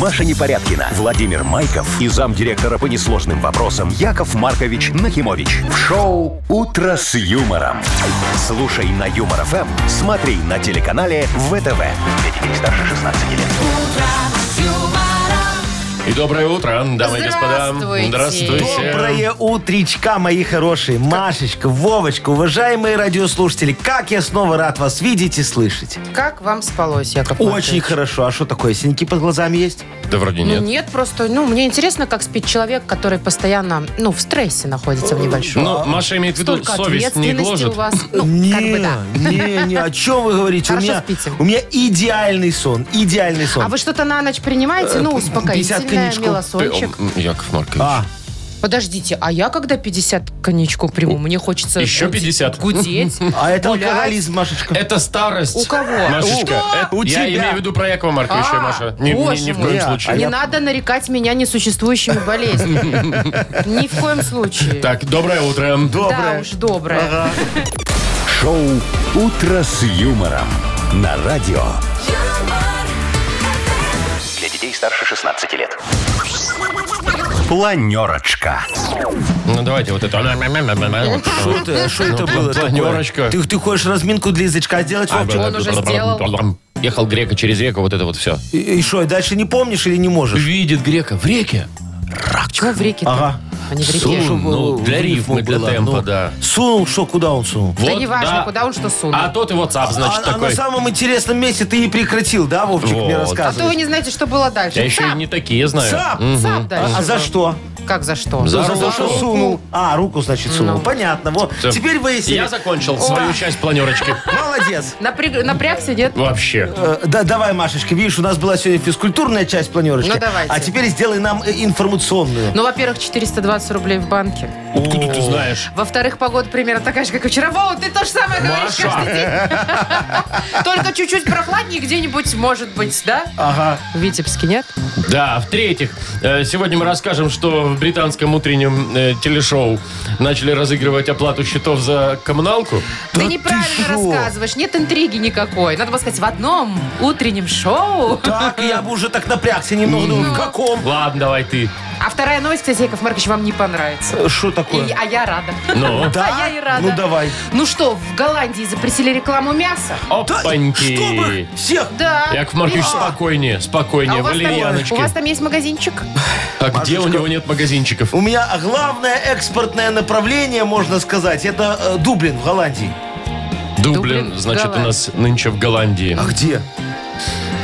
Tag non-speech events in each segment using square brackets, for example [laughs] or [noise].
Маша Непорядкина, Владимир Майков и замдиректора по несложным вопросам Яков Маркович Нахимович. В шоу «Утро с юмором». Слушай на Юмор ФМ, смотри на телеканале ВТВ. Для детей старше 16 лет. И доброе утро, дамы и господа. Здравствуйте. Доброе утречка, мои хорошие. Машечка, Вовочка, уважаемые радиослушатели, как я снова рад вас видеть и слышать. Как вам спалось, Яков Очень Маркович? хорошо. А что такое? Синяки под глазами есть? Да вроде Ну, нет. нет, просто, ну, мне интересно, как спит человек, который постоянно, ну, в стрессе находится в небольшом. Но Маша имеет в виду, Ну, Столько Э, ну, совесть не ответственности у гложет. вас. Ну, не, [laughs] как бы да. не, не, о чем вы говорите? у, Хорошо меня, спите. у меня идеальный сон, идеальный сон. А вы что-то на ночь принимаете? Ну, успокоительное, коньячку. Э, мелосончик. о, м, Яков Маркович. А, Э, Подождите, а я когда 50 коньячку приму, мне хочется... Еще гуд- 50. [laughs] Гудеть. а это гулять. алкоголизм, Машечка. Это старость. У кого? Машечка, У- это- у я тебя. имею в виду про Якова Марковича, А, Маша. Ни, ни- боже ни в мой. коем Я- случае. а Не я- надо нарекать меня несуществующими болезнями. [laughs] Ни в коем случае. Так, доброе утро. Да уж, доброе. Шоу «Утро с юмором» на радио. Для детей старше 16 лет. Планерочка. Ну давайте вот это. Что это, что это Ну, было такое? планерочка. А, Ты, ты хочешь разминку для язычка сделать, Вовчик? Он уже сделал. Ехал грека через реку, вот это вот все. И, и что, и дальше не помнишь или не можешь? Видит грека в реке. Чего в реке Ага. Они в реке. Сунул, Чтобы, ну, э, для в рифмы, для было, темпа, ну. да. Сунул, что, куда он сунул? Да Вот, неважно, куда он что сунул. А тот и WhatsApp, значит, а, а такой. на самом интересном месте ты и прекратил, да, Вовчик, мне Вот. А то вы рассказываешь? не знаете, что было дальше. Я еще и не такие знаю. Цап! М. Сам А, дальше. а за был. что? Как за что? За За то, руку. что сунул. А, руку, значит, сунул. Ну. Понятно. Вот. Всё. Теперь выяснили. Я закончил свою часть планерочки. Молодец. Напряг- Напрягся, нет? Вообще. Э, Да, давай, Машечка, видишь, у нас была сегодня физкультурная часть планерочки. Ну, давайте. А теперь сделай нам э, информационную. Ну, во-первых, 420 рублей в банке. Откуда ты знаешь? Во-вторых, погода примерно такая же, как и вчера. Вова, ты то же самое говоришь Маша. [laughs] каждый день. Только чуть-чуть прохладнее где-нибудь, может быть, да? А. Ага. В Витебске, нет? Да, в-третьих, э, сегодня мы расскажем, что в британском утреннем э, телешоу начали разыгрывать оплату счетов за коммуналку. Ты Да ты неправильно шо? рассказываешь, нет интриги никакой. Надо было сказать, в одном утреннем шоу. Так, я бы уже так напрягся немного. Думаю, Ну. в каком? Ладно, давай ты. А вторая новость, кстати, Яков Маркович, вам не понравится. Э, Что И- такое? а я рада. Ну, Да? А я и рада. Ну, давай. Ну что, в Голландии запретили рекламу мяса? Да, опаньки. чтобы всех... Да. Яков Маркович, И что? спокойнее, А спокойнее, у вас, там, валерьяночки. у вас там есть магазинчик? А где у него нет магазинчиков? У меня главное экспортное направление, можно сказать, это э, Дублин в Голландии. Дублин, Дублин, значит, у Голландия. нас нынче в Голландии. А где?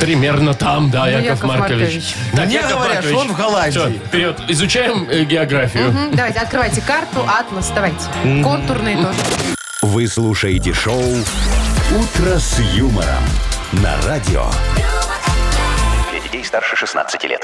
Примерно там, да, Яков, Яков Маркович. Маркович. Так, Мне говорят, что он в Голландии. Всё, вперед, изучаем э, географию. М, Давайте, открывайте карту, атлас, давайте. Контурные тоже. Вы слушаете шоу «Утро с юмором» на радио. Для детей старше 16 лет.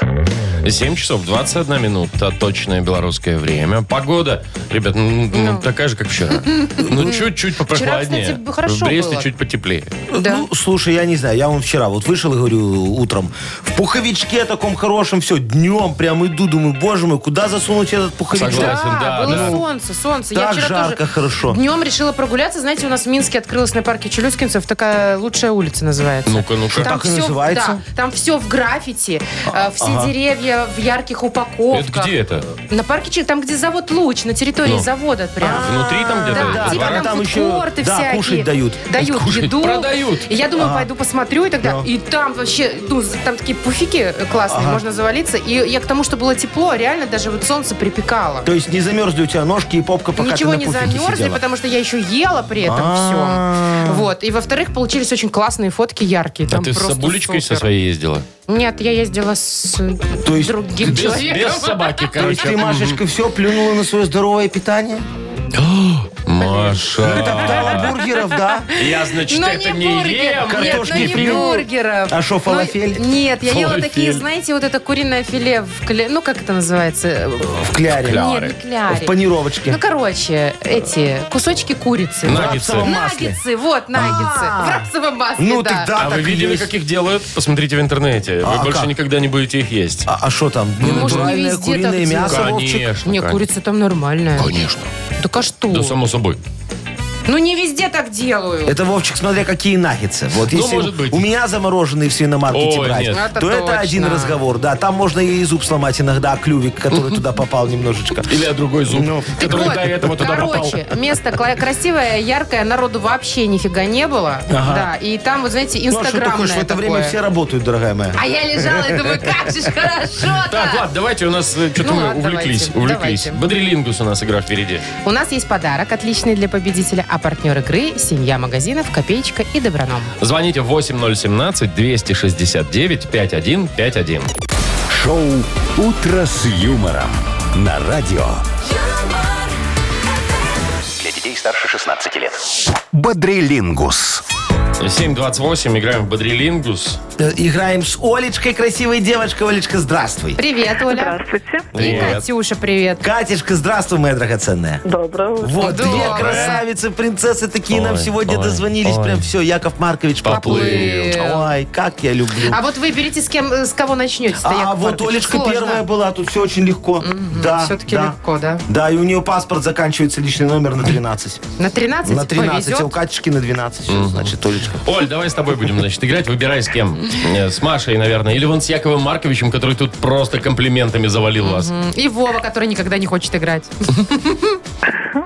7 часов 21 минута, точное белорусское время. Погода, ребят, ну, ну, такая же, как вчера. Ну, чуть-чуть попрохладнее. Вчера, кстати, хорошо В Бресте было. чуть потеплее. Да. Ну, слушай, я не знаю, я вам вчера вот вышел и говорю э, утром, в пуховичке таком хорошем, все, днем прям иду, думаю, боже мой, куда засунуть этот пуховичок? Согласен. да, было да. солнце, солнце. Я Так вчера жарко, тоже хорошо. Днем решила прогуляться. Знаете, у нас в Минске открылась на парке Челюскинцев такая лучшая улица называется. Ну-ка, ну-ка. Там так и все, называется? да, там все в граффити, э, все деревья в ярких Это упаковках. где А, это? На парке Челю- там, где завод Луч, на территории Ну. завода прям. Внутри там где-то? Да, во типа дворах? там, Там еще, фудкорты да, всякие. кушать дают. Дают Кушать еду. продают. И я думаю, пойду посмотрю и тогда. И там вообще, ну, з- там такие пуфики классные, можно завалиться. И я к тому, что было тепло, реально даже вот солнце припекало. То есть не замерзли у тебя ножки и попка, пока Ничего ты на не пуфике замерзли, сидела? А. потому что я еще ела при этом А-а-а. все. Вот. И во-вторых, получились очень классные фотки, яркие. А Там ты с просто собулечкой со супер. своей ездила? Нет, я ездила с э, То есть другим Без, человеком. без собаки, То есть короче. ты, Машечка, все, плюнула на свое здоровое питание? Маша. Дала бургеров, да? Я, значит, Ну, это не бургер, ем. нет, картошки ну не фри. бургеров. А шо, Ну, фалафель? Нет, я ела Фалафель. такие, знаете, вот это куриное филе в кле... Ну, как это называется? В кляре. Кляры. Нет, не кляре. В панировочке. Ну, короче, эти кусочки курицы. В На. рапсовом масле. Наггетсы, вот, наггетсы. В рапсовом масле, Ну, да. так да, А так вы и видели, есть. как их делают? Посмотрите в интернете. Вы А больше как? никогда не будете их есть. А что там? может, не Натуральное везде так куриное делают. мясо, Вовчик? Конечно. Не, конечно. курица там нормальная. Конечно. Так а что? Да, само собой. Ну, не везде так делаю. Это, Вовчик, смотря какие наггетсы. Вот, Ну, если может быть. у меня замороженные в свиномаркете Ой, брать, нет. Это то это один точно. разговор. Да, там можно и зуб сломать иногда, а клювик, который туда попал немножечко. Или о другой зуб, Ну, Так который вот, до этого туда попал. короче, место кла- красивое, яркое, народу вообще нифига не было. Да, и там, вот знаете, Ну, а что ты инстаграмное хочешь, в это время такое. все работают, дорогая моя. А я лежала и думаю, как же ж хорошо-то. Так, ладно, давайте у нас э, что-то Ну мы ладно, увлеклись. давайте, увлеклись. давайте. Бодрилингус у нас игра впереди. У нас есть подарок, отличный для победителя, а партнер игры – семья магазинов «Копеечка» и «Доброном». Звоните 8017-269-5151. Шоу «Утро с юмором» на радио. юмор, Для детей старше 16 лет. Бодрилингус. 7.28, играем в Бодрилингус. Э, Играем с Олечкой, красивой девочкой. Олечка, здравствуй. Привет, Оля. Здравствуйте. И Привет. Катюша, привет. Катюшка, здравствуй, моя драгоценная. Доброе утро. Вот, Да. две красавицы, принцессы такие нам Ой, сегодня ой, дозвонились. ой. Прям все, Яков Маркович поплыл. Поплыл. Ой, как я люблю. А вот выберите, с кем, э, с кого начнете. А, вот Олечка первая была, тут все очень легко. Да, Все-таки да. легко, да? Да, и у нее паспорт заканчивается личный номер на 13. На 13? На 13, а у Повезет? Катюшки на 12. Все, значит, Олечка. Оль, давай с тобой будем, значит, играть. Выбирай с кем. Э, С Машей, наверное. Или вон с Яковым Марковичем, который тут просто комплиментами завалил вас. И Вова, который никогда не хочет играть.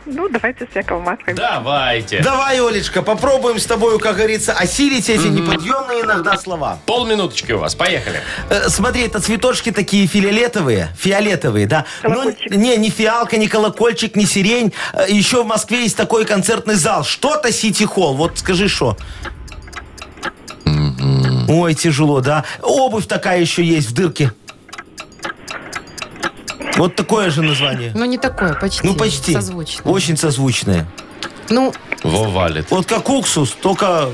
Ну, давайте с Яковом Марковичем. Давайте. Давай, Олечка, попробуем с тобою, как говорится, осилить эти неподъемные иногда слова. Полминуточки у вас. Поехали. Э, Смотри, это цветочки такие фиолетовые, фиолетовые, да. Ну, Колокольчик. не, не фиалка, не колокольчик, не сирень. Э, Еще в Москве есть такой концертный зал. Что-то Сити Холл. Вот скажи, что. Ой, тяжело, да. Обувь такая еще есть в дырке. Вот такое же название. Ну, не такое, почти. Ну, почти. Созвучно. Очень созвучное. Ну, Во валит. Вот как уксус, только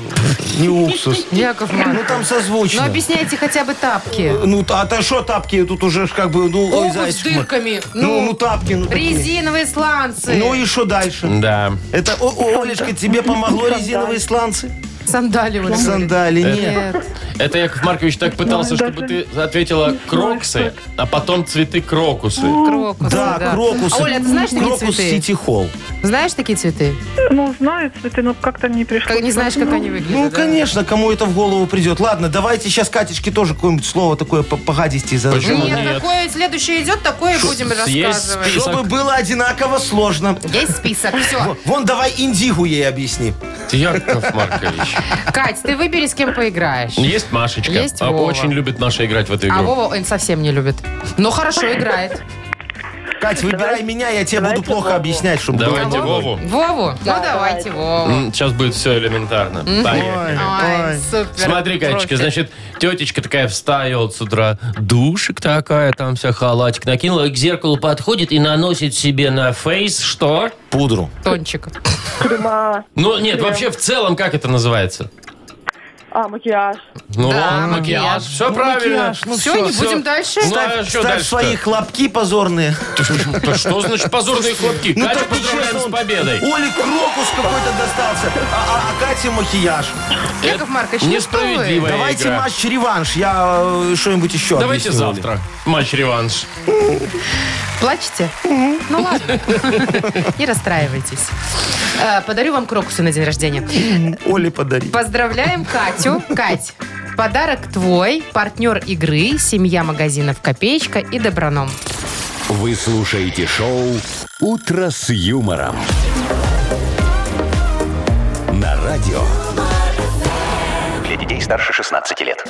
не уксус. Яков Ну, Маркович, там ну созвучно. объясняйте хотя бы тапки. Ну, а то что тапки тут уже ж как бы, ну, ой, Обувь с зайчик мой. дырками. Ну, ну тапки, ну такие. Резиновые сланцы. Ну и что дальше? Да. Это, о, о, Олечка, тебе помогло резиновые сланцы? Сандалии. вот. Сандали, нет. Нет. Это Яков Маркович так пытался, даже. чтобы ты ответила кроксы, а потом цветы крокусы. Крокусы, Э. да. Да, крокусы. А, Оля, ты знаешь такие Крокус цветы? Сити Холл. Знаешь такие цветы? Ну, знаю цветы, но как-то не пришло. Как, не знаешь, как они выглядят? Ну, да? конечно, кому это в голову придет. Ладно, давайте сейчас Катечке тоже какое-нибудь слово такое по- погадисти Ну, Почему? зададим. Ну, Нет, Нет. какое следующее идет, такое и будем съесть рассказывать. список. Чтобы было одинаково сложно. Есть список, все. Вон, давай индигу ей объясни. Яков Маркович. Кать, ты выбери, с кем поиграешь. Есть Машечка. Есть А, Вова. Очень любит Маша играть в эту А игру. Вова он совсем не любит. Но хорошо играет. Кать, выбирай меня, я тебе буду давайте плохо Вову. объяснять, чтобы... было. Давайте Вова? Вову. Вову? Да, ну давайте, давайте. Вову. М, Сейчас будет все элементарно. Поехали. Ой, супер. Смотри, Гаечка, Профи. значит, тетечка такая встает с утра, душик такая, там вся халатик накинула, и к зеркалу подходит и наносит себе на фейс что? Пудру. Тончик. Крыма. Ну, нет, вообще в целом, как это называется? А, макияж. Ну, Да, макияж. Все правильно. ну Все, не будем дальше. Ну, а Ставь, что ставь дальше-то? свои хлопки позорные. Да Что значит позорные хлопки? Ну, Катя, так ты поздравляем чё, с он- победой. Оле крокус какой-то достался, а, а- а Кате макияж. Яков Маркович, ну что несправедливо. вы? Твоя Давайте игра. матч-реванш, я э, что-нибудь еще Давайте объясню, Оле. завтра. Матч-реванш. Плачете? Ну ладно. [laughs] Не расстраивайтесь. Э, Подарю вам крокусы на день рождения. Оле подари. Поздравляем Катю. Кать, подарок твой, партнер игры, семья магазинов «Копеечка» и «Доброном». Вы слушаете шоу «Утро с юмором». На радио. Для детей старше 16 лет.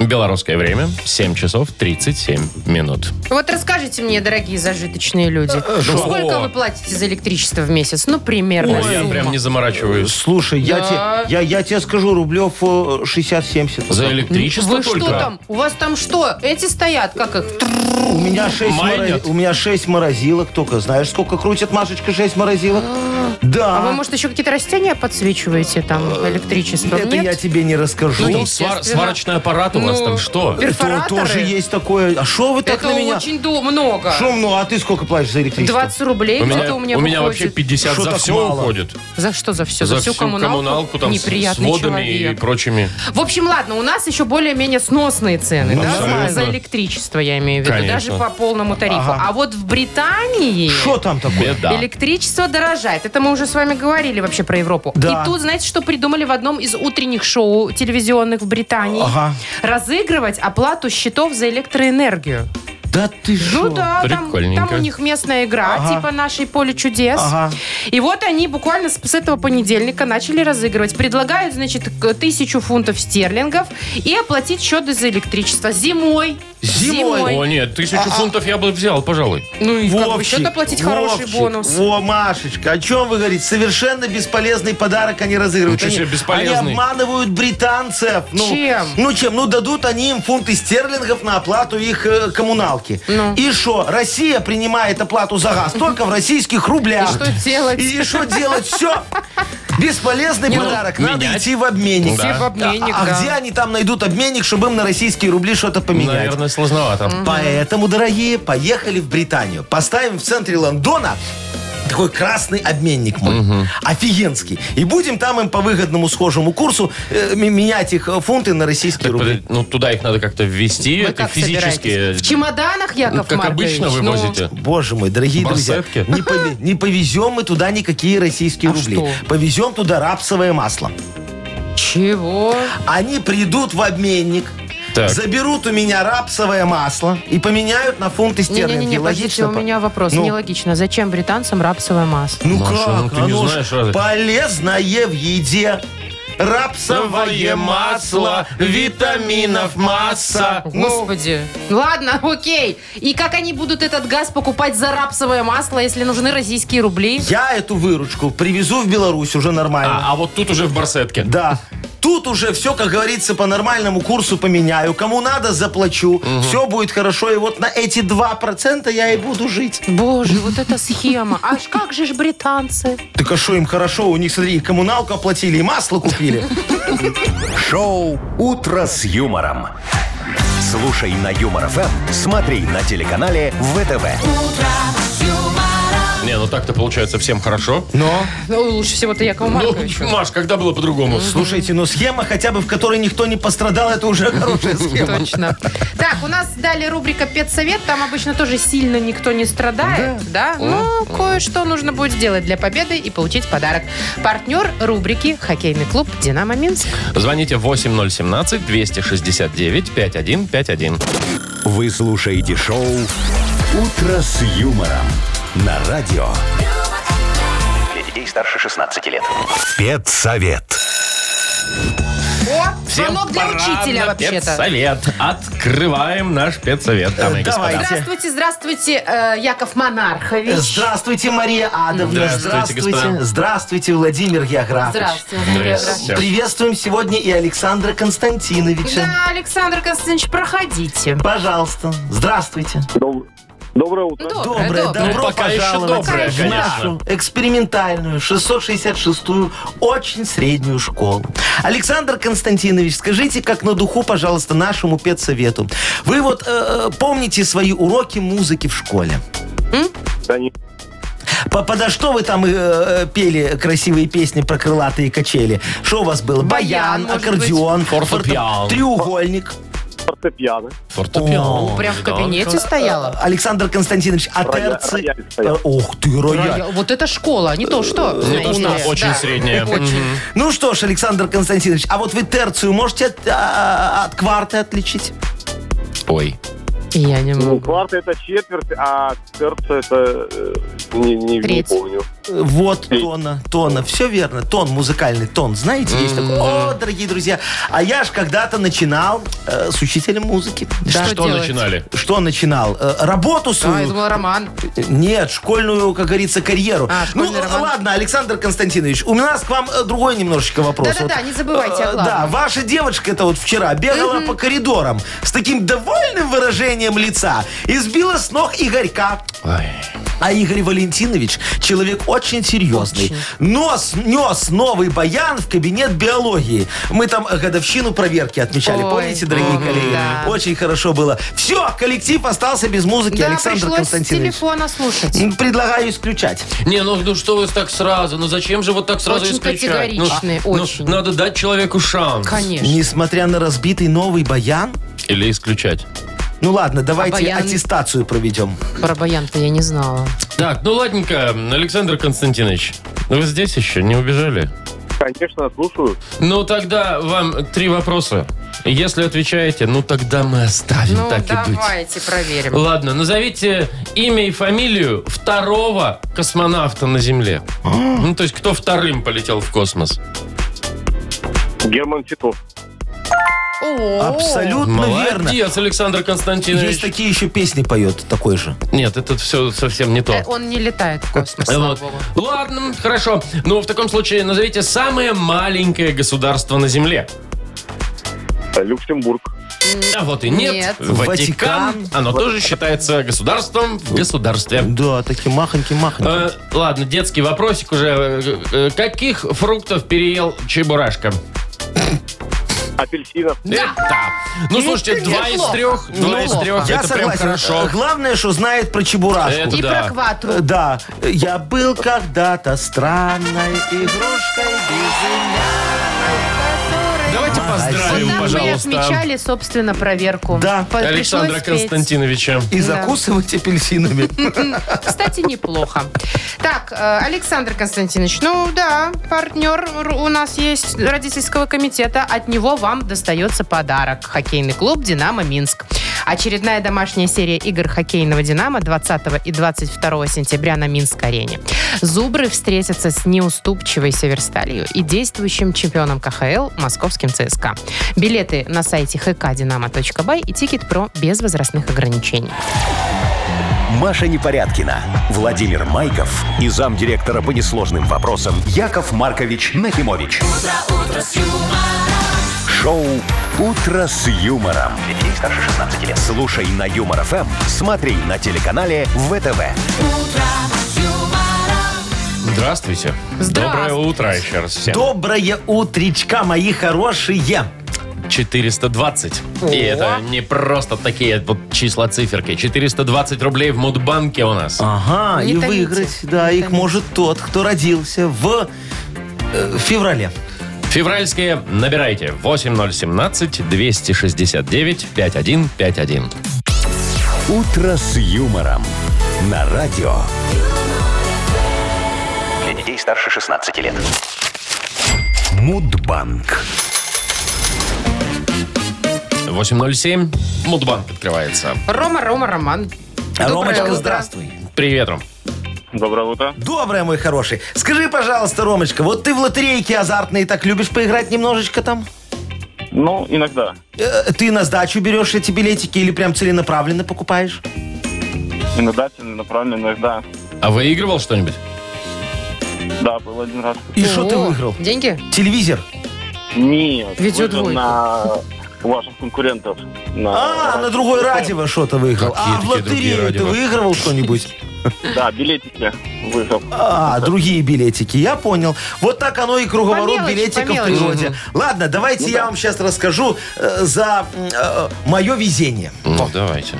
Белорусское время. 7 часов 37 минут. Вот расскажите мне, дорогие зажиточные люди, Э, сколько вы платите за электричество в месяц? Ну, примерно. Ой, я сумма. прям не заморачиваюсь. Слушай, Да. я, те, я, я тебе скажу, рублев э, 60-70. За электричество Вы только. что там? У вас там что? Эти стоят, как их? Тррр. У меня, 6 Майнят. у меня шесть морозилок только. Знаешь, сколько крутит Машечка 6 морозилок? А вы, Да. может, еще какие-то Э, растения подсвечиваете там электричеством? Это Нет? я тебе не расскажу. Ну, Что, свар- сварочный аппарат у вас Ну, там что? То- Перфораторы. тоже есть такое. А что вы так Это на меня? очень ду- много. Шо, ну, а ты сколько платишь за электричество? 20 рублей У где-то меня, у меня у меня выходит. вообще 50 Что за так все мало? уходит. За что? За все? За, всю коммуналку? там, с, с Неприятный водами и человек. прочими. В общем, ладно, у нас еще более-менее сносные цены, да? абсолютно. За электричество, я имею в виду. Конечно. Даже по полному тарифу. А вот в Британии... Что там такое? Беда. Электричество дорожает. Это мы уже с вами говорили вообще про Европу. Да. И тут, знаете, что придумали в одном из утренних шоу телевизионных в Британии? Ага. Разыгрывать оплату счетов за электроэнергию. Да ты Ну что? да, там, Прикольненько. там у них местная игра, Ага. типа нашей поле чудес. Ага. И вот они буквально с, с этого понедельника начали разыгрывать. Предлагают, значит, к- тысячу фунтов стерлингов и оплатить счеты за электричество зимой. Зимой? О, нет, А, тысячу фунтов я бы взял, пожалуй. Ну и как бы Вовчик, счет оплатить хороший Вовчик. бонус. О, Машечка, о чем вы говорите? Совершенно бесполезный подарок они разыгрывают. Ничего Они- себе Ну, бесполезный. Они обманывают британцев. Ну, Чем? Ну чем? Ну дадут они им фунты стерлингов на оплату их э, коммуналки. Ну. И что? Россия принимает оплату за газ только в российских рублях. И что делать? И что делать? Все. Бесполезный подарок. Надо ну, менять. Ну идти в обменник. Идти в Типа обменник, А, а да. где они там найдут обменник, чтобы им на российские рубли что-то поменять? Наверное, сложновато. Поэтому, дорогие, поехали в Британию. Поставим в центре Лондона такой красный обменник мой. Офигенский. И будем там им по выгодному схожему курсу э, ми- менять их э, фунты на российские Так, рубли. подожди, ну, туда их надо как-то ввести, Вы это как физически. собираетесь? В чемоданах, Яков Ну, как Маркович? обычно вы Ну, возите. Боже мой, дорогие друзья, Барсетки? не, пове- не повезем мы туда никакие российские А рубли. что? Повезем туда рапсовое масло. Чего? Они придут в обменник, Так. заберут у меня рапсовое масло и поменяют на фунты стерлинги. Не-не-не, подождите, Логично? у меня вопрос. Ну. Нелогично. Зачем британцам рапсовое масло? Ну Маша, как? ну ты не Оно ж знаешь разве? полезное в еде. Рапсовое масло, витаминов масса. Ну, Господи. Ладно, [laughs] окей. И как они будут этот газ покупать за рапсовое масло, если нужны российские рубли? я эту выручку привезу в Беларусь уже нормально. А, а вот тут уже в барсетке. Да. Тут уже все, как говорится, по нормальному курсу поменяю. Кому надо, заплачу. Все будет хорошо. И вот на эти 2% я и буду жить. Боже, вот эта схема. Аж как же ж британцы? Так а что им хорошо? У них, смотри, и коммуналку оплатили, и масло [laughs] купили. Шоу «Утро с юмором». Слушай на Юмор ФМ, смотри на телеканале ВТВ. Не, ну так-то получается всем хорошо. Но... Ну, лучше всего-то Якову Ну, Марковичу. Маш, когда было по-другому? Слушайте, ну схема хотя бы, в которой никто не пострадал, это уже хорошая схема. Точно. Так, у нас далее рубрика «Педсовет». Там обычно тоже сильно никто не страдает, да? Ну, кое-что нужно будет сделать для победы и получить подарок. Партнер рубрики «Хоккейный клуб Динамо Минск». Звоните 8017-269-5151. Вы слушаете шоу «Утро с юмором» на радио. Для детей старше 16 лет. Спецсовет. О, звонок для учителя вообще-то. Совет. Открываем наш спецсовет, дамы и Давай. господа. Здравствуйте, здравствуйте, э, Яков Монархович. Э, Здравствуйте, Мария Адовна. Здравствуйте, господа. Здравствуйте, Здравствуйте, Владимир Яграфович. Здравствуйте. Э, Здрасте. Приветствуем сегодня и Александра Константиновича. Да, Александр Константинович, проходите. Пожалуйста. Здравствуйте. Доброе утро. Доброе, доброе. добро Ну, пока еще пожаловать доброе, в нашу экспериментальную 666-ю очень среднюю школу. Александр Константинович, скажите, как на духу, пожалуйста, нашему педсовету. Вы вот э, э, помните свои уроки музыки в школе? Конечно. По- Подо что вы там э, э, пели красивые песни про крылатые качели? Что у вас было? Баян, Баян, может аккордеон, Фортепиано. форте- треугольник. Фортепиано. Фортепиано. Прям в кабинете стояла. Александр Константинович, а Рояль- терци- рояль стоял. Э, Ох ты, рояль. Роя- Вот это школа, не то что. Не то, знаете что ли. очень Да. средняя. Мгм. Ну что ж, Александр Константинович, а вот вы терцию можете от, а, от кварты отличить? Ой. Я не Ну, могу. кварта это четверть, а терца это э, не, не- не Треть. помню. Э, Вот Треть. тона, тона. Все верно. Тон, музыкальный тон. Знаете, есть такой. М-м-м. О, дорогие друзья. А я ж когда-то начинал э, с учителем музыки. Да. Что делать? начинали? Что начинал? Э, Работу А, я свою думала, роман. Нет, школьную, как говорится, карьеру. А, ну, школьный роман. ладно, Александр Константинович, у нас к вам э, другой немножечко вопрос. Да-да-да, Вот, не забывайте о э, главном. Да, ваша девочка это вот вчера бегала по коридорам с таким довольным выражением лица и сбила с ног Игорька. Ой. А Игорь Валентинович человек очень серьезный. Очень. Нос нес новый баян в кабинет биологии. Мы там э, годовщину проверки отмечали, Ой, помните, дорогие помню, коллеги? да. Очень хорошо было. Все, коллектив остался без музыки. Да, Александр пришлось с Константинович. телефона слушать. м, Предлагаю исключать. Не, ну, ну что вы так сразу? Ну зачем же вот так сразу Очень исключать? Ну, категоричные, ну, очень. надо дать человеку шанс. Конечно. Несмотря на разбитый новый баян, Или исключать. ну ладно, давайте А баян? аттестацию проведем. Про баян-то я не знала. Так, ну ладненько, Александр Константинович, ну вы здесь еще, не убежали? Конечно, слушаю. Ну тогда вам три вопроса. Если отвечаете, ну тогда мы оставим Ну, так и быть. давайте проверим. Ладно, назовите имя и фамилию второго космонавта на Земле. Ну, то есть, кто вторым полетел в космос? Герман Титов. О, Абсолютно верно. Молодец, Александр Есть Константинович. такие еще песни поет, такой же. Нет, это все совсем не то. э, Он не летает в космос, Э, слава вот. богу. Ладно, хорошо. Ну, в таком случае назовите самое маленькое государство на Земле. Люксембург. А вот и нет. Нет. Ватикан. Ватикан. Оно тоже считается государством в государстве. Да, такие махонькие-махонькие. Э, ладно, детский вопросик уже. Э, э, Каких фруктов переел Чебурашка? Апельсинов. Это. Ну, слушайте, ты два из неплохо. трех. Два из Неплохо. трех. Я А, Это прям согласен. хорошо. Э, Главное, что знает про чебурашку. Это И да. про Э, кватру. Да, я был когда-то странной игрушкой без Давайте Вот поздравим, так мы и пожалуйста, отмечали, собственно, проверку. Да. По- Александра пришлось петь. Константиновича. имя. И [laughs] закусывать апельсинами. Кстати, неплохо. Так, э, Александр Константинович, ну да, партнер у нас есть родительского комитета. От него вам достается подарок. Хоккейный клуб «Динамо Минск». Очередная домашняя серия игр хоккейного «Динамо» 20 и 22 сентября на Минск-арене. Зубры встретятся с неуступчивой «Северсталью» и действующим чемпионом КХЛ московским ЦСКА. Билеты на сайте hkdinamo.by и тикет про без возрастных ограничений. Маша Непорядкина, Владимир Майков и замдиректора по несложным вопросам Яков Маркович Нахимович. Шоу Утро с юмором. Для детей старше 16 лет. Слушай на юмор ФМ, смотри на телеканале ВТВ. Здравствуйте. Доброе утро еще раз всем. Доброе утречка, мои хорошие. 420. И это не просто такие вот числа циферки. 420 рублей в Мудбанке у нас. Ага, Не и томите, выиграть, не да, их томите. может тот, кто родился в э, феврале. Февральские набирайте 8017-269-5151. Утро с юмором. На радио. Для детей старше 16 лет. Мудбанк. 807. Мудбанк открывается. Рома, Рома, Роман. Доброе Ромочка, утро. здравствуй. Привет, Ром. Доброе утро. Доброе, мой хороший. Скажи, пожалуйста, Ромочка, вот ты в лотерейке азартные так любишь поиграть немножечко там? Ну, иногда. Э, Ты на сдачу берешь эти билетики или прям целенаправленно покупаешь? Иногда направлен, иногда. А выигрывал что-нибудь? Да, был один раз. И что ты О, выиграл? Деньги? Телевизор. Нет. Ведь выиграл удвойку. на ваших конкурентов. А, на другой радио что-то выиграл. Какие а в такие другие лотерею ты радио? выигрывал что-нибудь? Да, билетики выиграл. А, другие билетики, я понял. Вот так оно и круговорот По мелочи, билетиков по в мелочи. природе. Ладно, давайте я вам сейчас расскажу э, за мое везение. Ну, давайте.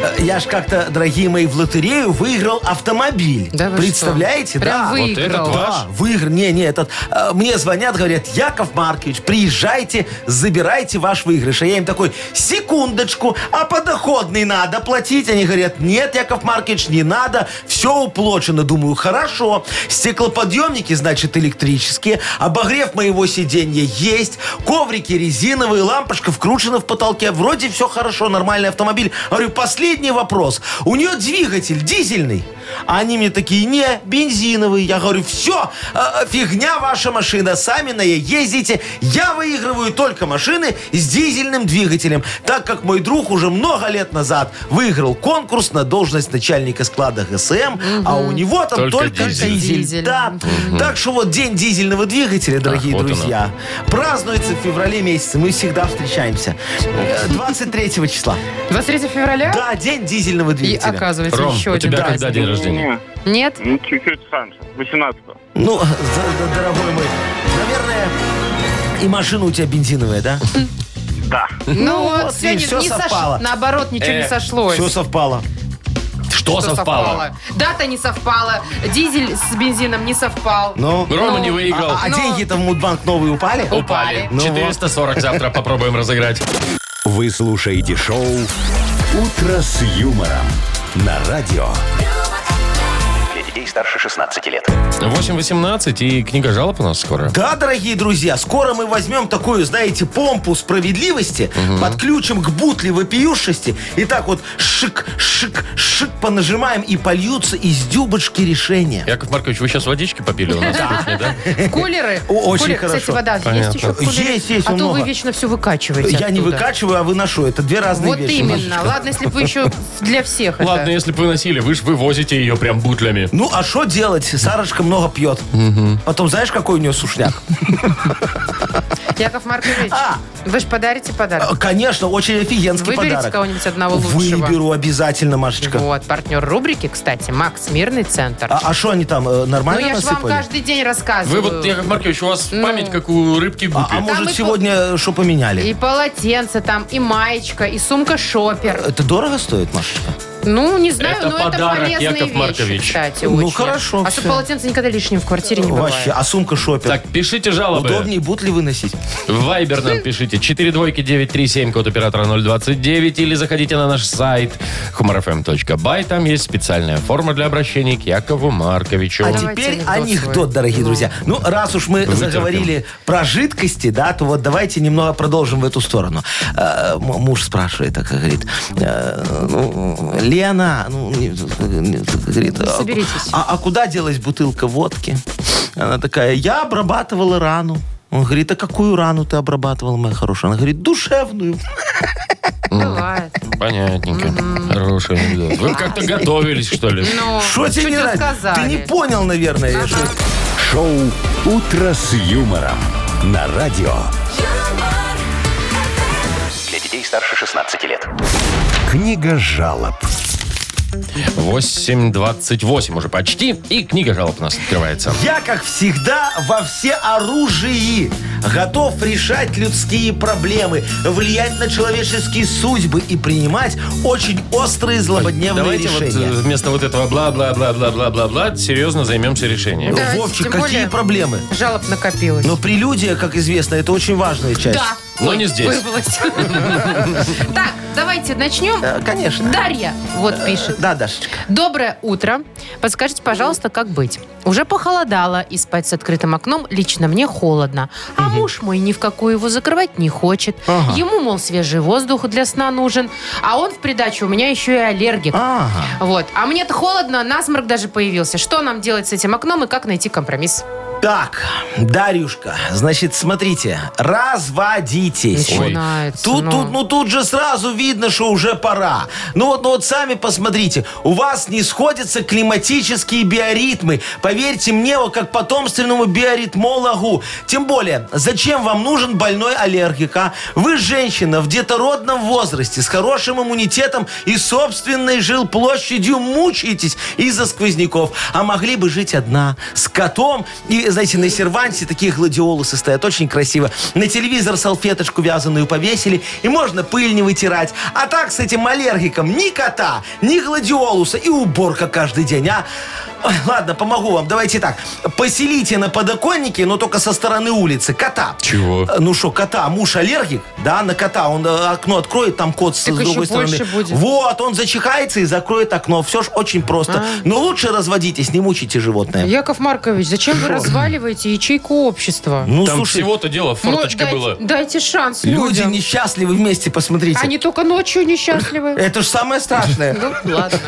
Э, Я ж как-то, дорогие мои, в лотерею выиграл автомобиль. Да вы Представляете? что? Прям да. Вот этот выиграл. ваш? Да, выиграл. Не, не, этот. э, Мне звонят, говорят, Яков Маркович, приезжайте, забирайте ваш выигрыш. А я им такой, секундочку, а подоходный надо платить. Они говорят, нет, Яков Маркович, не надо, все уплочено. Думаю, хорошо. Стеклоподъемники, значит, электрические, обогрев моего сиденья есть, коврики резиновые, лампочка вкручена в потолке. Вроде все хорошо, нормальный автомобиль. Говорю, последний мне вопрос. У нее двигатель дизельный. А они мне такие, не, бензиновый. Я говорю, все, фигня ваша машина, сами на ней ездите. Я выигрываю только машины с дизельным двигателем, так как мой друг уже много лет назад выиграл конкурс на должность начальника склада ГСМ, а у него там Только только, дизель. дизель. Дизель. Да. Так что вот день дизельного двигателя, дорогие вот оно. друзья, празднуется в феврале месяце. Мы всегда встречаемся. Э, 23 числа. 23 февраля? Да, день дизельного И а двигателя. оказывается, Ром, еще у один тебя когда праздник. день рождения? Не, Нет? ну, чуть-чуть раньше, 18 Ну, за- за- дорогой мой, наверное, и машина у тебя бензиновая, да? Да. Ну, вот, вот, сегодня видишь, всё не сош- совпало. Наоборот, ничего не Э, сошлось. Все совпало. Что Что совпало? Дата не совпала. Дизель с бензином не совпал. Ну, Рома Ну, не выиграл. а, а но- [laughs] деньги-то в Мудбанк новые упали? Упали. Ну вот. 440 завтра попробуем разыграть. Вы слушаете шоу «Утро с юмором» на радио. Для детей старше 16 лет. 8.18 и книга жалоб у нас скоро. Да, дорогие друзья, скоро мы возьмем такую, знаете, помпу справедливости, подключим к бутле вопиюшести и так вот шик, шик, шик понажимаем и польются из дюбочки решения. Яков Маркович, вы сейчас водички попили у нас в кухне, да? Кулеры. О, очень Кулер- хорошо. Кстати, вода есть Понятно. еще в кулере? Есть, есть, А то много. вы вечно все выкачиваете Я не оттуда. выкачиваю, а выношу. Это две разные Вот вещи. именно. Машечка. Ладно, если бы вы [laughs] еще для всех это- Ладно, если бы вы носили, вы же вывозите ее прям бутлями. Ну, а что делать? Сарочка много пьет. Потом знаешь, какой у нее сушняк? Яков Маркович, А. вы же подарите подарок. Э, Конечно, очень офигенский Выберите подарок. кого-нибудь одного лучшего. Выберу обязательно, Машечка. Вот, партнер рубрики, кстати, Макс Мирный Центр. А что они там, э, ну, нормально я же вам насыпали? каждый день рассказываю. Вы вот, Яков Маркович, у вас Ну. память, как у рыбки в А, а губе. может, и сегодня что поменяли? И полотенце там, и маечка, и сумка шопер. Это дорого стоит, Машечка? Ну, не знаю, Э, Это но подарок, это полезные Яков вещи, Маркович. кстати, Ну, очень. хорошо, А всё. что полотенце никогда лишним в квартире не бывает. Вообще, а сумка шопер. Так, пишите жалобы. Удобнее будет ли выносить? В Вайбер нам пишите 4 двойки 937, код оператора 029, или заходите на наш сайт humorfm.by. Там есть специальная форма для обращения к Якову Марковичу. А Давайте теперь анекдот свой. анекдот, дорогие друзья. Ну, раз уж мы Вытерпим. заговорили про жидкости, да, то вот давайте немного продолжим в эту сторону. Э, м- Муж спрашивает, так говорит, э, ну, Лена, ну, не- не- говорит, а- Соберитесь. А, а куда делась бутылка водки? Она такая, я обрабатывала рану. Он говорит, а какую рану ты обрабатывала, моя хорошая? Она говорит, душевную. а. Бывает. Понятненько. Хороший анекдот. Вы как-то готовились, что ли? А. Ну, Что тебе чуть не нравится? рассказали. Ты не понял, наверное. что- Шоу «Утро с юмором» на радио. юмор, Для детей старше 16 лет. Книга жалоб. 8.28 уже почти, и книга жалоб у нас открывается. Я, как всегда, во все оружии готов решать людские проблемы, влиять на человеческие судьбы и принимать очень острые злободневные Давайте вот решения. э, вместо вот этого бла-бла-бла-бла-бла-бла-бла серьезно займемся решением. Да, Вовчик, тем какие более- проблемы? Жалоб накопилось. Но прелюдия, как известно, это очень важная часть. да. Но Ну, не здесь. Вырвалось. [laughs] Так, давайте начнем. Э, конечно. Дарья вот пишет. Да, Дашечка. Доброе утро. Подскажите, пожалуйста, как быть? Уже похолодало, и спать с открытым окном лично мне холодно. А муж мой ни в какую его закрывать не хочет. Ага. Ему, мол, свежий воздух для сна нужен. А он в придачу у меня еще и аллергик. Ага. Вот. А мне-то холодно, насморк даже появился. Что нам делать с этим окном и как найти компромисс? Так, Дарюшка, значит, смотрите, разводитесь. Ой. Начинается. Тут, тут, ну тут же сразу видно, что уже пора. Ну вот, ну вот сами посмотрите, у вас не сходятся климатические биоритмы. Поверьте мне, вот как потомственному биоритмологу. Тем более, зачем вам нужен больной аллергик, а? Вы женщина в детородном возрасте, с хорошим иммунитетом и собственной жилплощадью мучаетесь из-за сквозняков. А могли бы жить одна, с котом. И, знаете, на серванте такие гладиолусы стоят, очень красиво. На телевизор салфеточку вязаную повесили, и можно пыль не вытирать. А так с этим аллергиком ни кота, ни гладиолуса, и уборка каждый день, а? Ой, Ладно, помогу вам. Давайте так. Поселите на подоконнике, но только со стороны улицы, кота. Чего? Э, Ну что, кота, муж аллергик, да, на кота. Он э, окно откроет, там кот с, Так с еще другой стороны. больше будет. Вот, он зачихается и закроет окно. Все ж очень просто. Но лучше разводитесь, не мучите животное. Яков Маркович, зачем вы разваливаете ячейку общества? Ну, Там слушай, всего-то дело, Ну, форточка дайте- была. Дайте шанс люди людям. несчастливы вместе, посмотрите. Они только ночью несчастливы. Это же самое страшное. Ну, ладно.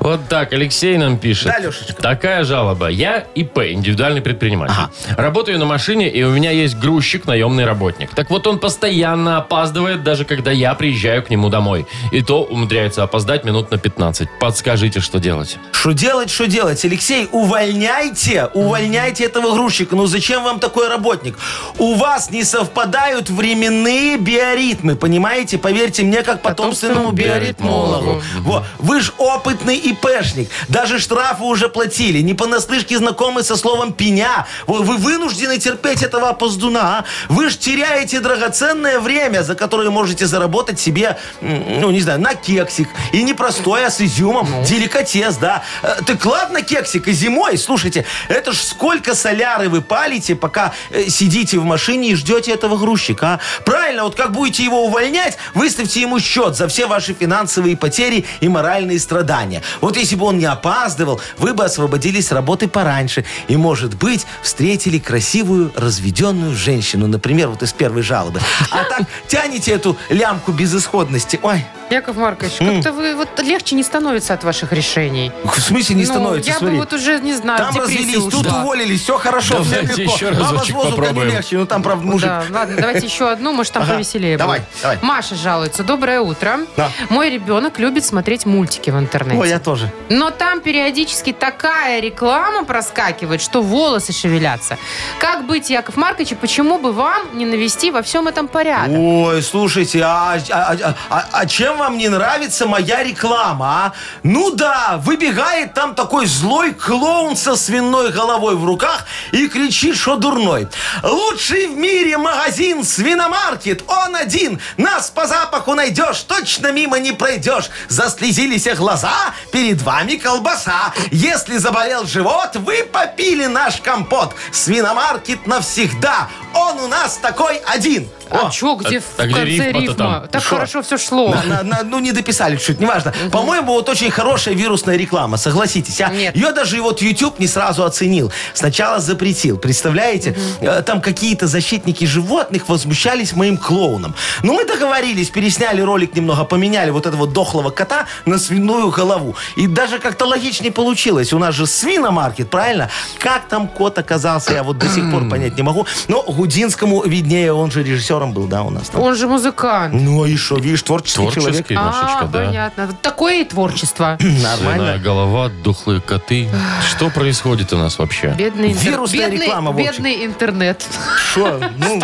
Вот так, Алексей нам пишет. Да, Лешечка. Такая жалоба. Я ИП, индивидуальный предприниматель. Работаю на машине, и у меня есть грузчик, наемный работник. Так вот, он постоянно опаздывает, даже когда я приезжаю к нему домой. И то умудряется опоздать минут на 15. Подскажите, что делать? Что делать, что делать? Алексей, увольняйте, увольняйте этого грузчика. Ну зачем вам такой работник? У вас не совпадают временные биоритмы, понимаете? Поверьте мне, как потомственному биоритмологу. Во, Вы ж опытный ИПшник. Даже штрафы уже платили. Не понаслышке знакомы со словом «пеня». Во, Вы вынуждены терпеть этого опоздуна. а? Вы ж теряете драгоценное время, за которое можете заработать себе, м, ну не знаю, на кексик. И не простой, а с изюмом. Деликатес, да. Э, Так ладно, кексик, и зимой, слушайте, это ж сколько соляры вы палите, пока э, сидите в машине и ждете этого грузчика, а? Правильно, вот как будете его увольнять, выставьте ему счет за все ваши финансовые потери и моральные страдания. Вот если бы он не опаздывал, вы бы освободились с работы пораньше. И, может быть, встретили красивую разведенную женщину, например, вот из первой жалобы. А так тянете эту лямку безысходности. Ой, Яков Маркович, как-то вы вот легче не становится от ваших решений. в смысле не Ну, становится, Я смотри. бы вот уже, не знаю, Там в депрессию развелись, тут ушла. уволились, все хорошо, все Давайте легко. еще Мама с разочек воздухом не попробуем. легче, ну там, правда, мужик. Да, ладно, давайте еще одну, может, там повеселее давай, будет. давай. Маша жалуется. Доброе утро. Да. Мой ребенок любит смотреть мультики в интернете. Ой, я тоже. Но там периодически такая реклама проскакивает, что волосы шевелятся. Как быть, Яков Маркович, и почему бы вам не навести во всем этом порядок? Ой, слушайте, а, а- а- а- а чем вам не нравится моя реклама, а? Ну да, выбегает там такой злой клоун со свиной головой в руках и кричит, что дурной. Лучший в мире магазин свиномаркет, он один. Нас по запаху найдешь, точно мимо не пройдешь. Заслезились глаза, перед вами колбаса. Если заболел живот, вы попили наш компот. Свиномаркет навсегда, он у нас такой один. А О. чё, где а- в а где конце рифма-то рифма? там? Так Шо? хорошо все шло. На- на- на- ну, не дописали чуть, неважно. По-моему, вот очень хорошая вирусная реклама, согласитесь. А? Нет. Ее даже и вот YouTube не сразу оценил. Сначала запретил, представляете? Э, Там какие-то защитники животных возмущались моим клоуном. Ну, мы договорились, пересняли ролик немного, поменяли вот этого дохлого кота на свиную голову. И даже как-то логичнее получилось. У нас же свиномаркет, правильно? Как там кот оказался, я вот до сих пор понять не могу. Но Гудинскому виднее, он же режиссером был, да, у нас там. Он же музыкант. Ну, а и что, видишь, творческий, человек. Творческий, Машечка, а, да. понятно. Вот Такое и [clears throat] творчество. Свиная Нормально. голова, духлые коты. Что происходит у нас вообще? Бедный интернет. Вирусная бедный, реклама, Вовчик. бедный интернет. Шо? Ну,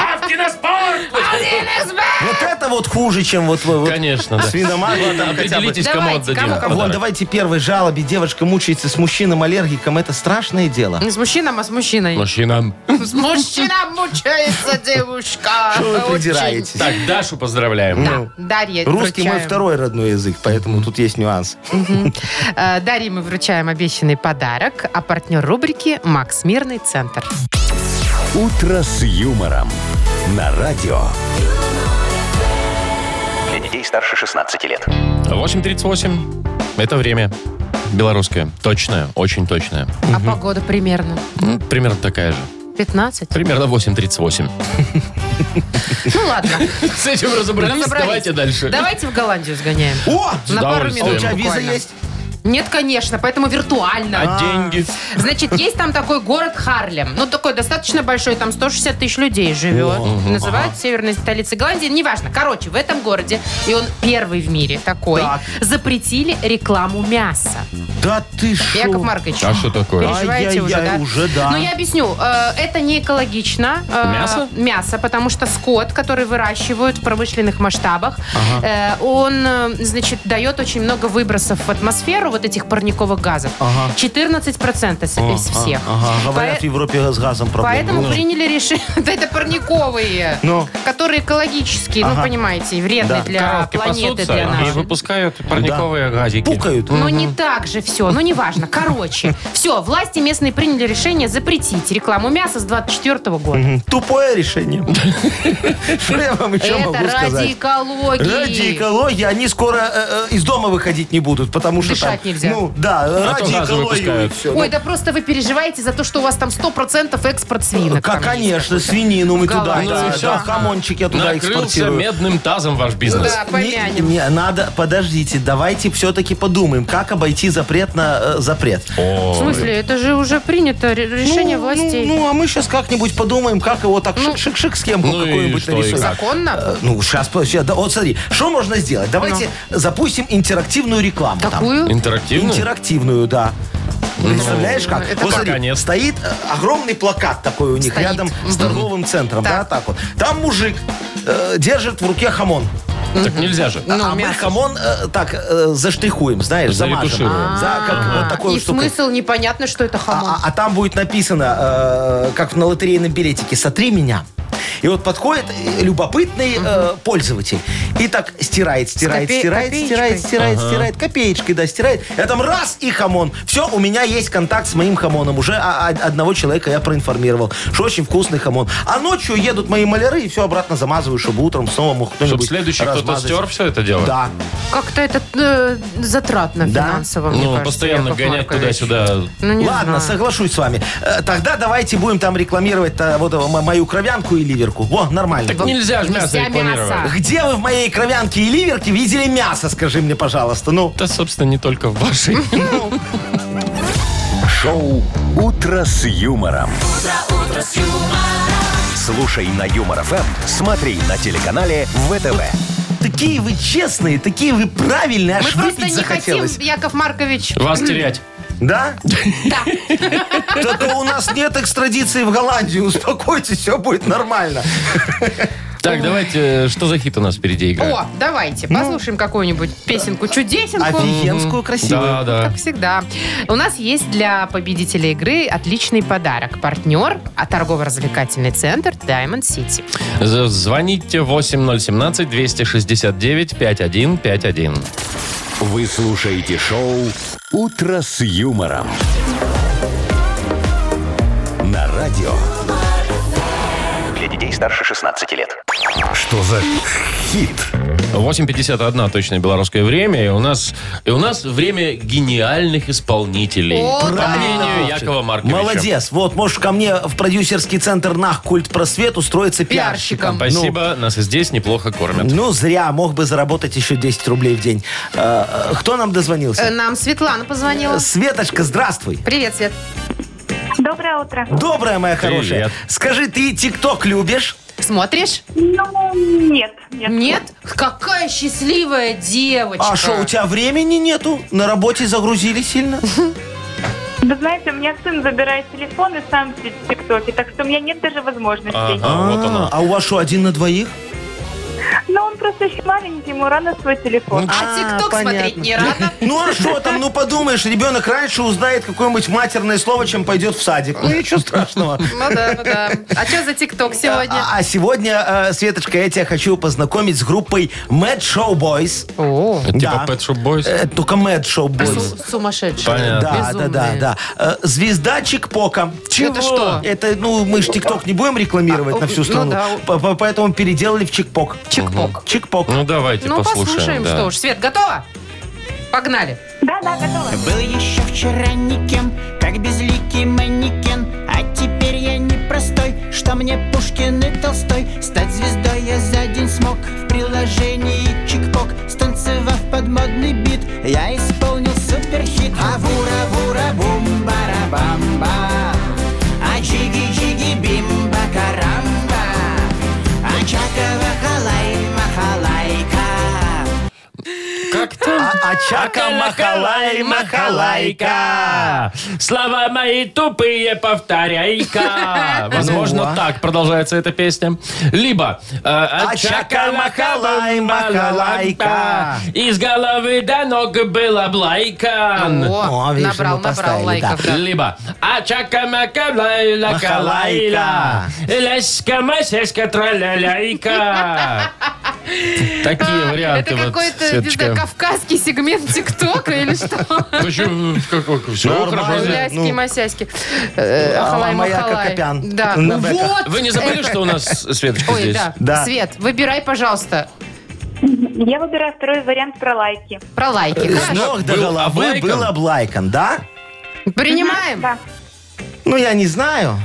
вот это вот хуже, чем вот... вот Конечно, да. Свиномагия там хотя бы. Определитесь, кому Э, Давайте, отдадим. кому, А кому. Вон, подарок. давайте первой жалобе. Девушка мучается с мужчином-аллергиком. Это страшное дело. Не с мужчином, а с мужчиной. Мужчинам. С мужчином мучается девушка. [laughs] Что вы Очень. придираетесь? Так, Дашу поздравляем. Ну, Дарья, Русский мой вручаем. второй родной язык, поэтому тут есть нюанс. Э, Дарье мы вручаем обещанный подарок, а партнер рубрики «Макс Мирный Центр». «Утро с юмором» на радио. Для детей старше 16 лет. 8.38. Это время. Белорусское. Точное, очень точное. А погода примерно Ну, примерно такая же. [laughs] 15? Примерно [laughs] 8.38. Ну ладно. Ну, С этим разобрались. разобрались. Давайте дальше. Давайте в Голландию сгоняем. О! С На пару удовольствием. А у минут тебя виза буквально. есть? Нет, конечно, поэтому виртуально. А деньги? Значит, есть там такой город Харлем. Ну, такой достаточно большой, там 160 тысяч людей живет. Называют северной столицей Голландии. Неважно. Короче, в этом городе, и он первый в мире такой, Так. запретили рекламу мяса. Да ты шо? Яков Маркович. А что такое? Переживаете уже, Ай-яй-яй, да? уже да. Но я объясню, э, это не экологично. э, Мясо? Мясо, потому что скот, который выращивают в промышленных масштабах, э, он, э, значит, дает очень много выбросов в атмосферу вот этих парниковых газов 14% с- из всех. Ага, говорят, Пое- в Европе с газом проблемы. Поэтому приняли решение, [laughs] да это парниковые, Ну. которые экологические, ну Ага. понимаете, и вредные Да. для Коровки планеты, пасутся для и нашей. выпускают парниковые газики. Пукают. Но не так же все, ну неважно. [laughs] Короче, все, власти местные приняли решение запретить рекламу мяса с 24 года. Мгм. [laughs] Тупое решение. Что я вам еще Это могу ради сказать? экологии. Ради экологии они скоро э, э, из дома выходить не будут, потому что Дышать там, нельзя. Ну да, А то ради газы экологии. выпускают. всё. Ой, да просто вы переживаете за то, что у вас там 100% экспорт Ну, свинок. там Как, есть. конечно, свинину мы туда, Голландии, да, да. да, хамончики я туда Накрылся экспортирую. медным тазом ваш бизнес. Да, Не, помянем. не, надо, подождите, давайте все-таки подумаем, как обойти запрет на э, запрет. В смысле, это же уже принято ре- решение Ну, властей. Ну, ну, а мы сейчас как-нибудь подумаем, как его так шик-шик-шик схемку Ну и какую-нибудь что, и нарисуем. как? Законно? Э, Ну, сейчас, да, вот смотри, что можно сделать? Давайте Ну. запустим интерактивную рекламу. там. Какую? Интерактивный? Интерактивную, да. Представляешь, как? это Вот пока смотри, нет. стоит э, огромный плакат такой у них Стоит. рядом с торговым центром, Так. да, так вот. Там мужик э, держит в руке хамон. Так нельзя же. Ну, а мы мясо. хамон э, так э, заштихуем, знаешь, замажем. Заретушируем. За, как вот такую А, И штуку. смысл непонятно, что это хамон. А, а- а там будет написано, э, как на лотерейном билетике, «Сотри меня». И вот подходит э, любопытный э, пользователь и так стирает, стирает, копе- стирает, копеечкой. стирает, стирает, стирает, копеечкой, да, стирает. Я там раз и хамон. Все, у меня есть контакт с моим хамоном. Уже а- а- одного человека я проинформировал, что очень вкусный хамон. А ночью едут мои маляры и все обратно замазываю, чтобы утром снова мог кто-нибудь Чтобы следующий кто-то размазать. стер все это дело? Да. Как-то это э, затратно Да? финансово, мне Ну, кажется, постоянно Яков гонять Маркович. туда-сюда. Ну, не знаю. Ладно, соглашусь с вами. Э, Тогда давайте будем там рекламировать э, вот э, м- мою кровянку и ливерку. Во, нормально. Так будет. нельзя же мясо Нельзя рекламировать. мясо. Где вы в моей кровянке и ливерке видели мясо, скажи мне, пожалуйста? Ну, Да, собственно, не только в [laughs] вашей. Шоу «Утро с юмором». Слушай на Юмор ФМ, смотри на телеканале ВТВ. такие вы честные, такие вы правильные, Мы аж просто выпить не хотим, захотелось. Яков Маркович. Вас терять. Да? Да. Только у нас нет экстрадиции в Голландию. Успокойтесь, все будет нормально. Так, давайте, э, что за хит у нас впереди играет? [clears throat] О, давайте, послушаем какую-нибудь песенку, чудесенку. Ну. Офигенскую красивую. Да, да. Как всегда. У нас есть для победителя игры отличный подарок. Партнер, а торгово-развлекательный центр Diamond City. З- Звоните 8017-269-5151. Вы слушаете шоу «Утро с юмором». На радио. Для детей старше 16 лет. Что за хит? 8.51 точное белорусское время. И у нас, и у нас время гениальных исполнителей. О, По да. мнению Якова Марковича. Молодец. Вот, можешь ко мне в продюсерский центр «Нах Культ Просвет» устроиться Пиарщиком. пиарщиком. Спасибо, нас и здесь неплохо кормят. Ну, зря, мог бы заработать еще 10 рублей в день. Э, э, Кто нам Э, ну, дозвонился? Нам Светлана позвонила. Светочка, здравствуй. Привет, Свет. Доброе утро. Добрая моя хорошая. Привет. Скажи, ты ТикТок любишь? Смотришь? Ну, нет, нет. Нет? Какая счастливая девочка. А что, у тебя времени нету? На работе загрузили сильно? Вы знаете, у меня сын забирает телефон и сам сидит в ТикТоке, так что у меня нет даже возможности. Ага, вот А, оно. а у вас что, один на двоих? Но он просто еще маленький, ему рано свой телефон. А ТикТок смотреть не рано. [laughs] Ну а что там, ну подумаешь, ребенок раньше узнает какое-нибудь матерное слово, чем пойдет в садик. Ну ничего страшного. Ну да, ну да. А что за ТикТок сегодня? А, а сегодня, э, Светочка, я тебя хочу познакомить с группой Mad Show Boys. О, Это Типа Да. Pet Shop Boys. Э, только Mad Show Boys. су- сумасшедшие. Понятно. Да, безумные. да, да, да. Э, Звезда Чикпока. Это что? Это, ну, мы же ТикТок не будем рекламировать А, на всю ну страну. да. По- по- Поэтому переделали в Чикпок. Чик-пок. Чикпок. А, Ну, давайте Ну, послушаем. послушаем, да. что уж. Свет, готова? Погнали. Да, да, готова. Был еще вчера никем, как безликий манекен А теперь я непростой, что мне Пушкин и Толстой Стать звездой я за день смог в приложении Чикпок Станцевав под модный бит, я исполнил суперхит А Авура, вура, бум, бара, бамба А чиги, чиги, бимба, карамба А чакава, халай, махалайка Как там? А- Очака Махалай Махалайка. Слова мои тупые, повторяйка. Возможно, [laughs] Ну, а? так продолжается эта песня. Либо э, Очака махалай, махалайка. Из головы до ног был А, ну, облайкан. О, О, видишь, набрал, набрал мы поставили, лайков. да. Либо Ачака Макалай Лакалайла Леська Масеська Траляляйка [laughs] Такие А, варианты А, Это вот, какой-то, не Светочка. знаю, кавказский сегмент ТикТока [laughs] или что? Почему? Как- Все Нормально. хорошо. здесь. Ляськи, масяськи. Э, ну, А, Ахалай, моя махалай. Кокопян. Да. На Ну бэках. вот! Вы не забыли, что у нас Светочка Ой, здесь? да. Да. Свет, выбирай, пожалуйста, Я выбираю второй вариант про лайки. про лайки. С Хорошо. ног до был головы облайкан? был облайкан, да? Принимаем? Да. Ну, я не знаю.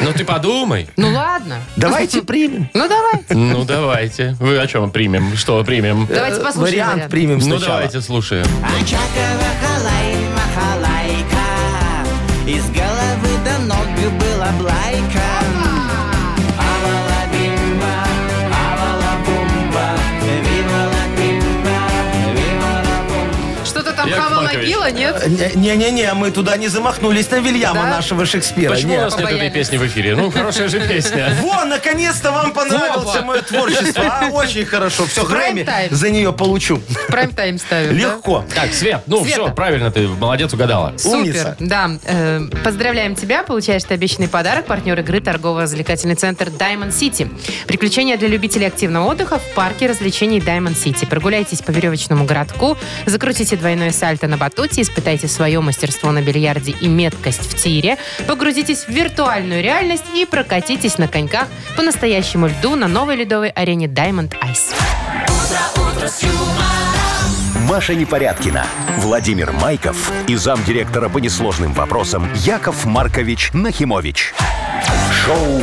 Ну ты подумай. Ну ладно. Давайте примем. Ну давай. Ну давайте. Вы о чем примем? Что примем? Давайте Э, послушаем Вариант вариант. примем Ну сначала. давайте слушаем. Очака Махалай Махалайка Из головы до ног была блайка Авала бимба, авала бумба Вива ла бимба, вива ла бумба Что-то там Яков хавала Маркович. гила, нет? Не-не-не, мы туда не замахнулись на Вильяма Да? нашего Шекспира. Почему у Нет. нас нет этой побоялись. песни в эфире? Ну, хорошая же песня. Во, наконец-то вам понравился Опа. мое творчество. А, очень хорошо. Все, Грэмми Прайм-тайм. за нее получу. Прайм-тайм ставим. да? Легко. Так, Свет, ну Света. все, правильно ты, молодец, угадала. Супер, Умница. да. Э, поздравляем тебя, получаешь ты обещанный подарок. Партнер игры торгово-развлекательный центр Diamond City. Приключения для любителей активного отдыха в парке развлечений Diamond City. Прогуляйтесь по веревочному городку, закрутите двойное сальто на батуте, испытайте свое мастерство на бильярде и меткость в тире, погрузитесь в виртуальную реальность и прокатитесь на коньках по настоящему льду на новой ледовой арене Diamond Ice. Маша Непорядкина, Владимир Майков и замдиректора по несложным вопросам Яков Маркович Нахимович. Шоу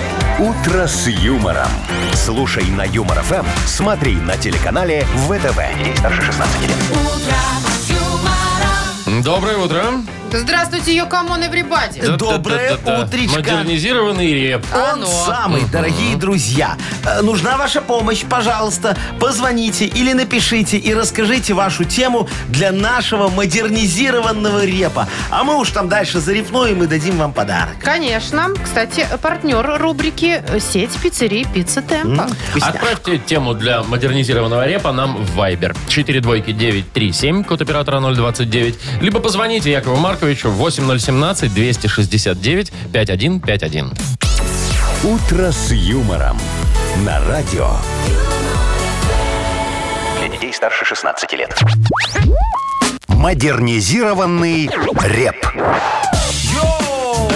«Утро с юмором». Слушай на Юмор ФМ, смотри на телеканале ВТВ. Ей старше 16 лет. Доброе утро. Здравствуйте, Йокамон Эврибади. Доброе Да-да-да-да. утречко. Модернизированный реп. Он Оно. самый, дорогие друзья. Э, Нужна ваша помощь, пожалуйста, позвоните или напишите и расскажите вашу тему для нашего модернизированного репа. А мы уж там дальше зарепнуем и дадим вам подарок. Конечно. Кстати, партнер рубрики э, «Сеть пиццерий Пицца Темпа». Вкусняшка. Отправьте тему для модернизированного репа нам в Viber. 4 двойки 937, код оператора 029. Либо позвоните Якову Марковичу 8017-269-5151. «Утро с юмором» на радио. Для детей старше 16 лет. Модернизированный реп. Йоу!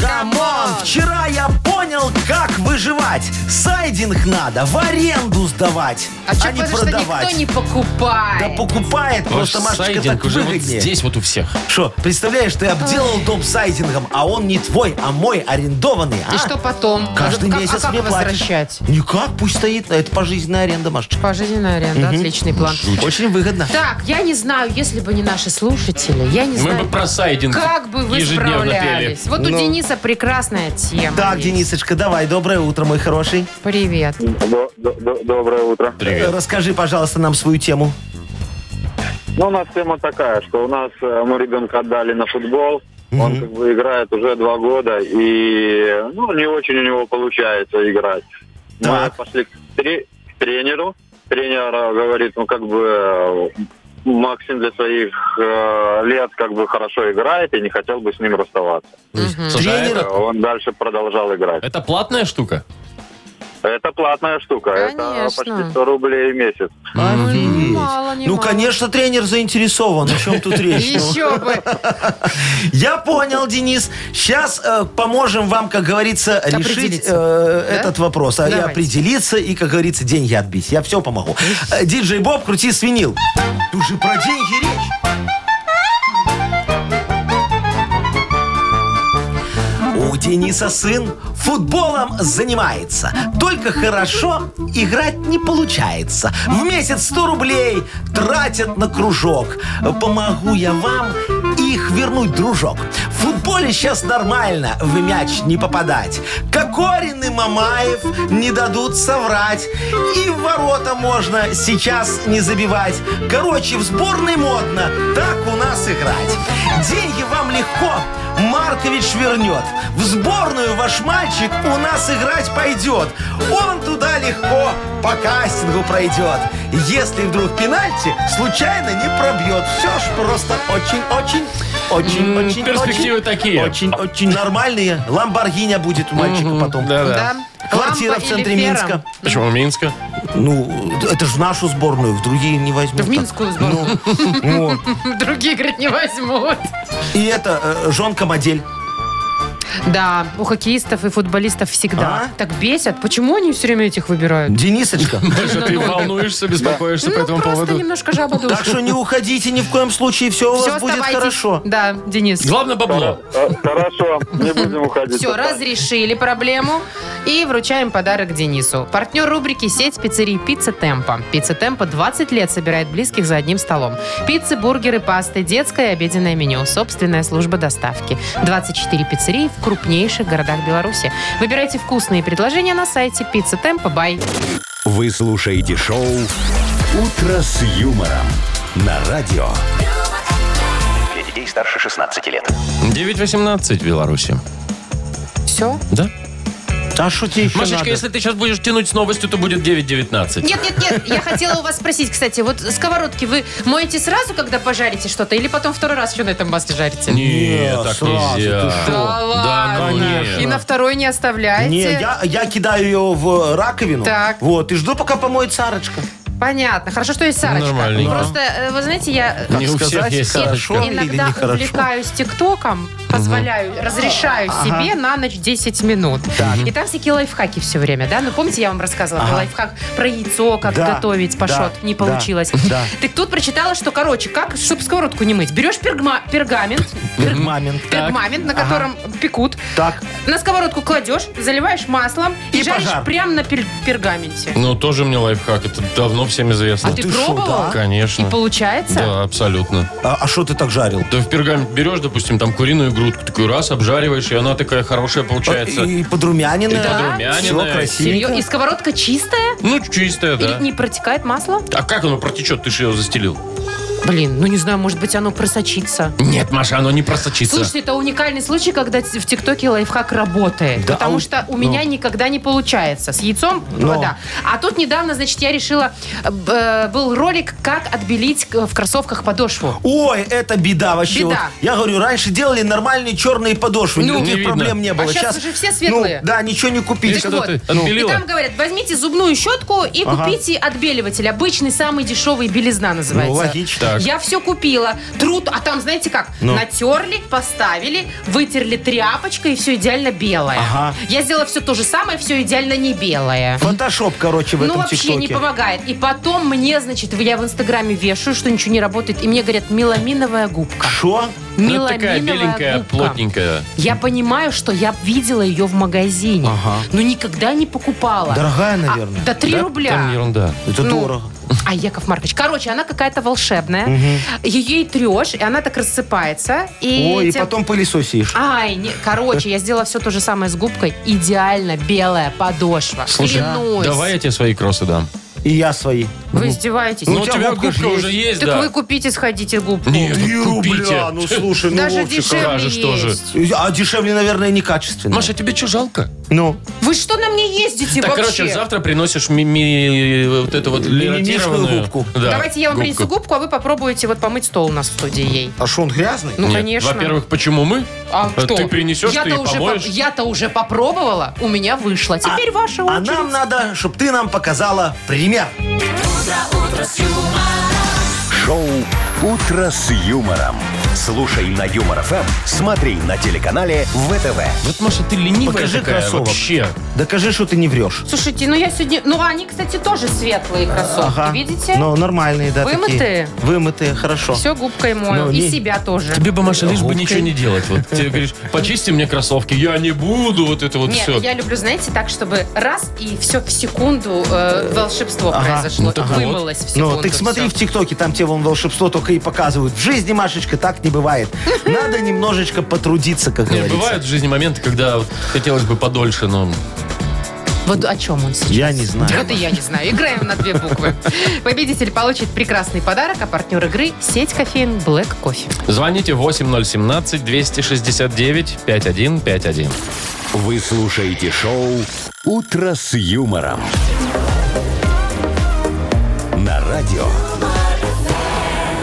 Камон! Вчера я понял, как выживать. Сайдинг надо в аренду сдавать, А что, не потому что никто продавать. не Да покупает. покупает, Ваш просто Машечка сайдинг так уже вот выгоднее. здесь вот у всех. Что, представляешь, ты обделал дом сайдингом, а он не твой, а мой, арендованный. а? И что потом? Каждый А как- месяц а как мне платишь. возвращать? Никак, пусть стоит. Это пожизненная аренда, Машечка. Пожизненная аренда. Отличный план. Очень выгодно. Так, я не знаю, если бы не наши слушатели, я не Мы знаю, бы про сайдинг как бы вы ежедневно пели. справлялись. Вот у Ну. Дениса прекрасная тема Так, есть. Денисочка, давай, доброе утро, мой хороший. Привет. Ну, До- до- до- Доброе утро. Привет. Э, Расскажи, пожалуйста, нам свою тему. Ну, у нас тема такая, что у нас э, мы ребенка отдали на футбол. Он как бы играет уже два года, и ну, не очень у него получается играть. Мы Так. пошли к, тре- к тренеру. Тренер э, говорит, ну как бы э, Максим для своих э, лет как бы хорошо играет и не хотел бы с ним расставаться. Слушай, а Тренер- это- Э, Он дальше продолжал играть. Это платная штука? Это платная штука. Это Конечно. почти 100 рублей в месяц. Офигеть. мало, не ну, мало. конечно, тренер заинтересован. О чем тут [laughs] речь? ну? Еще бы. [laughs] Я понял, Денис. Сейчас поможем вам, как говорится, решить Определиться. э, этот вопрос. А и Давайте. определиться и, как говорится, деньги отбить. Я все помогу. Э, Диджей Боб, крути свинил. Тут же про деньги речь. У Дениса сын футболом занимается. Только хорошо играть не получается. В месяц 100 рублей тратят на кружок. Помогу я вам их вернуть, дружок. В футболе сейчас нормально в мяч не попадать. Кокорин и Мамаев не дадут соврать. И в ворота можно сейчас не забивать. Короче, в сборной модно так у нас играть. Деньги вам легко, Маркович вернет. В сборную ваш мальчик у нас играть пойдет. Он туда легко по кастингу пройдет. Если вдруг пенальти, случайно не пробьет. Все ж просто очень-очень, очень-очень, М, очень. перспективы такие. Очень-очень нормальные. Ламборгиня будет у мальчика потом. Да-да. Квартира Лампа в центре или фера? Минска. Почему Минска? Ну, это же нашу сборную, в другие не возьмут. Да в минскую сборную. Ну, [laughs] вот. Другие, говорит, не возьмут. И это, э, жонка модель. Да, у хоккеистов и футболистов всегда. А? Так бесят. Почему они все время этих выбирают? Денисочка. Что ты волнуешься, беспокоишься по Ну, этому просто поводу? немножко жаба Так что не уходите ни в коем случае, все у Все, вас будет оставайтесь. хорошо. Да, Денис. Главное бабло. Хоро- Э, Хорошо, не будем уходить. Все, пока. разрешили проблему и вручаем подарок Денису. Партнер рубрики «Сеть пиццерий Пицца Темпа». Пицца Темпа 20 лет собирает близких за одним столом. Пиццы, бургеры, пасты, детское и обеденное меню, собственная служба доставки. 24 пиццерии в крупнейших городах Беларуси. Выбирайте вкусные предложения на сайте «Пицца Темпа Бай». Вы слушаете шоу «Утро с юмором» на радио. Для детей старше 16 лет. 9.18 в Беларуси. Все? Да? А что тебе еще Машечка, надо? если ты сейчас будешь тянуть с новостью, то будет 9.19. Нет, нет, нет, я хотела у вас спросить, кстати, вот сковородки вы моете сразу, когда пожарите что-то, или потом второй раз еще на этом масле жарите? Нет, так сразу, ты нельзя. что? Да Да, ну ладно. нет. И на второй не оставляете? Не, я, я кидаю ее в э, раковину. Так. Вот, и жду, пока помоет Сарочка. Понятно. Хорошо, что есть Сарочка. нормально. Ну, Да. Просто, э, вы знаете, я э, Не у всех сказать, есть хорошо Сарочка. или иногда нехорошо? увлекаюсь ТикТоком, позволяю, разрешаю себе на ночь 10 минут. И там всякие лайфхаки все время, да? Ну, помните, я вам рассказывала про лайфхак, про яйцо, как Да, готовить пашот, да, не да, получилось. да. Так тут прочитала, что, короче, как, чтобы сковородку не мыть. Берешь пергма- пергамент, Мамин. пергамент, на котором пекут, Так. на сковородку кладешь, заливаешь маслом и, И жаришь пожар. прямо на пер- пергаменте. Ну, тоже мне лайфхак. Это давно всем А известно. ты, ты шо, пробовал? да? И Конечно. получается? Да, абсолютно. А что ты так жарил? Да в пергамент берешь, допустим, там куриную грудку, такой раз обжариваешь, и она такая хорошая получается. И подрумянина. И подрумянина. Все красивенько. Серьезно? И сковородка чистая? Ну, чистая, да. И не протекает масло? А как оно протечет? Ты же ее застелил. Блин, ну не знаю, может быть оно просочится. Нет, Маша, оно не просочится. Слушайте, это уникальный случай, когда т- в ТикТоке лайфхак работает. Да, потому а у- что у меня никогда не получается. С яйцом Но. вода. А тут недавно, значит, я решила... э, б- э, был ролик, как отбелить к- в кроссовках подошву. Ой, это беда вообще. Беда. Вот я говорю, раньше делали нормальные черные подошвы, Ну, не никаких видно. проблем не А было. щас уже все светлые. Ну, да, ничего не купить. Так что вот. ты И отбелила? там говорят, возьмите зубную щетку и Ага. купите отбеливатель. Обычный, самый дешевый белизна называется. Ну, логично. Так. Я все купила. Труд, а там, знаете как, натерли, поставили, вытерли тряпочкой, и все идеально белое. Ага. Я сделала все то же самое, все идеально не белое. Фотошоп, короче, в Ну, этом вообще тиктоке. не помогает. И потом мне, значит, я в Инстаграме вешаю, что ничего не работает, и мне говорят, меламиновая губка. Шо? Ну, это такая Меламиновая беленькая, губка. плотненькая. Я понимаю, что я видела ее в магазине, но никогда не покупала. Дорогая, наверное. А, да 3 рубля. Там ерунда. Это Ну, дорого. А, Яков Маркович. Короче, она какая-то волшебная. Ее и трешь, и она так рассыпается. И Ой, и те- потом пылесосишь. Ай, не- короче, я сделала все то же самое с губкой. Идеально белая подошва. Слушай, Клянусь. давай я тебе свои кроссы дам. И я свои. Вы издеваетесь? Ну, у у тебя тебя губка губка же уже есть, так да. вы купите, сходите губку. Не, Три ну, рубля, купите. ну слушай, ну Даже Вовчик, дешевле скажешь есть. тоже. а. А дешевле, наверное, некачественно. Маша, тебе что, жалко? ну. Вы что на мне ездите Так, вообще? короче, завтра приносишь ми- ми- вот эту вот Мимимишную лиротированную- губку. Да, Давайте я вам губку. принесу губку, а вы попробуйте вот помыть стол у нас в студии ей. А что, он грязный? Ну, Нет, конечно. Во-первых, почему мы? Э, А кто? Ты принесешь, ты Я-то и уже поп- помоешь. Я-то уже попробовала, у меня вышло. Теперь ваша а очередь. нам надо, чтобы ты нам показала пример. Шоу «Утро с юмором». Слушай на Юмор ФМ, смотри на телеканале ВТВ. Вот, Маша, ты ленивая Покажи такая кроссовок. вообще. Докажи, что ты не врешь. Слушайте, ну я сегодня... Ну, они, кстати, тоже светлые кроссовки, видите? Ну, нормальные, да, Вымытые? такие. Вымытые, хорошо. Все губкой мою. Ну, и не- себя тоже. Тебе бы, Маша, лишь бы Губкой. ничего не делать. Вот тебе говоришь, почисти мне кроссовки. Я не буду, вот это вот Нет, ну все. я люблю, знаете, так, чтобы раз и все в секунду э, волшебство Ага. произошло. Ну, так вот. Вымылось в секунду. Ну, ты смотри в всё. ТикТоке, там тебе вон волшебство только и показывают. В жизни, Машечка, так так не бывает. Надо немножечко потрудиться, как Нет, говорится. бывают в жизни моменты, когда вот хотелось бы подольше, но... Вот о чем он сейчас? Я не знаю. Вот и я не знаю. Играем на две буквы. Победитель получит прекрасный подарок, а партнер игры – сеть кофеин Black Coffee. Звоните 8017-269-5151. Вы слушаете шоу «Утро с юмором». На радио.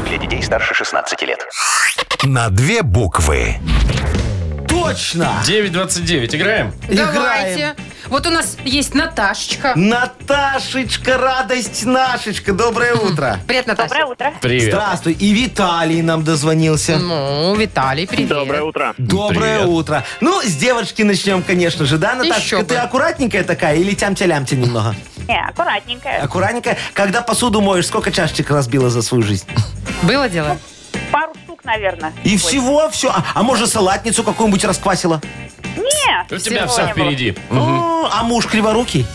Для детей старше 16 лет. На две буквы. Точно! 9.29. Играем? Играем. Давайте. Вот у нас есть Наташечка. Наташечка, радость нашечка, доброе утро. Привет, Доброе Наташа. утро. Привет. Здравствуй. И Виталий нам дозвонился. Ну, Виталий, привет. Доброе утро. Доброе Привет. утро. Ну, с девочки начнем, конечно же, да, Еще Наташка? бы. Ты аккуратненькая такая или тям-тя-лям-тя немного? Не, аккуратненько. Аккуратненькая. Когда посуду моешь, сколько чашечек разбила за свою жизнь? Было дело? Пару штук, наверное. И всего, все. А, а может, салатницу какую-нибудь расквасила? Нет. У тебя всего все не было. впереди. О, А муж криворукий?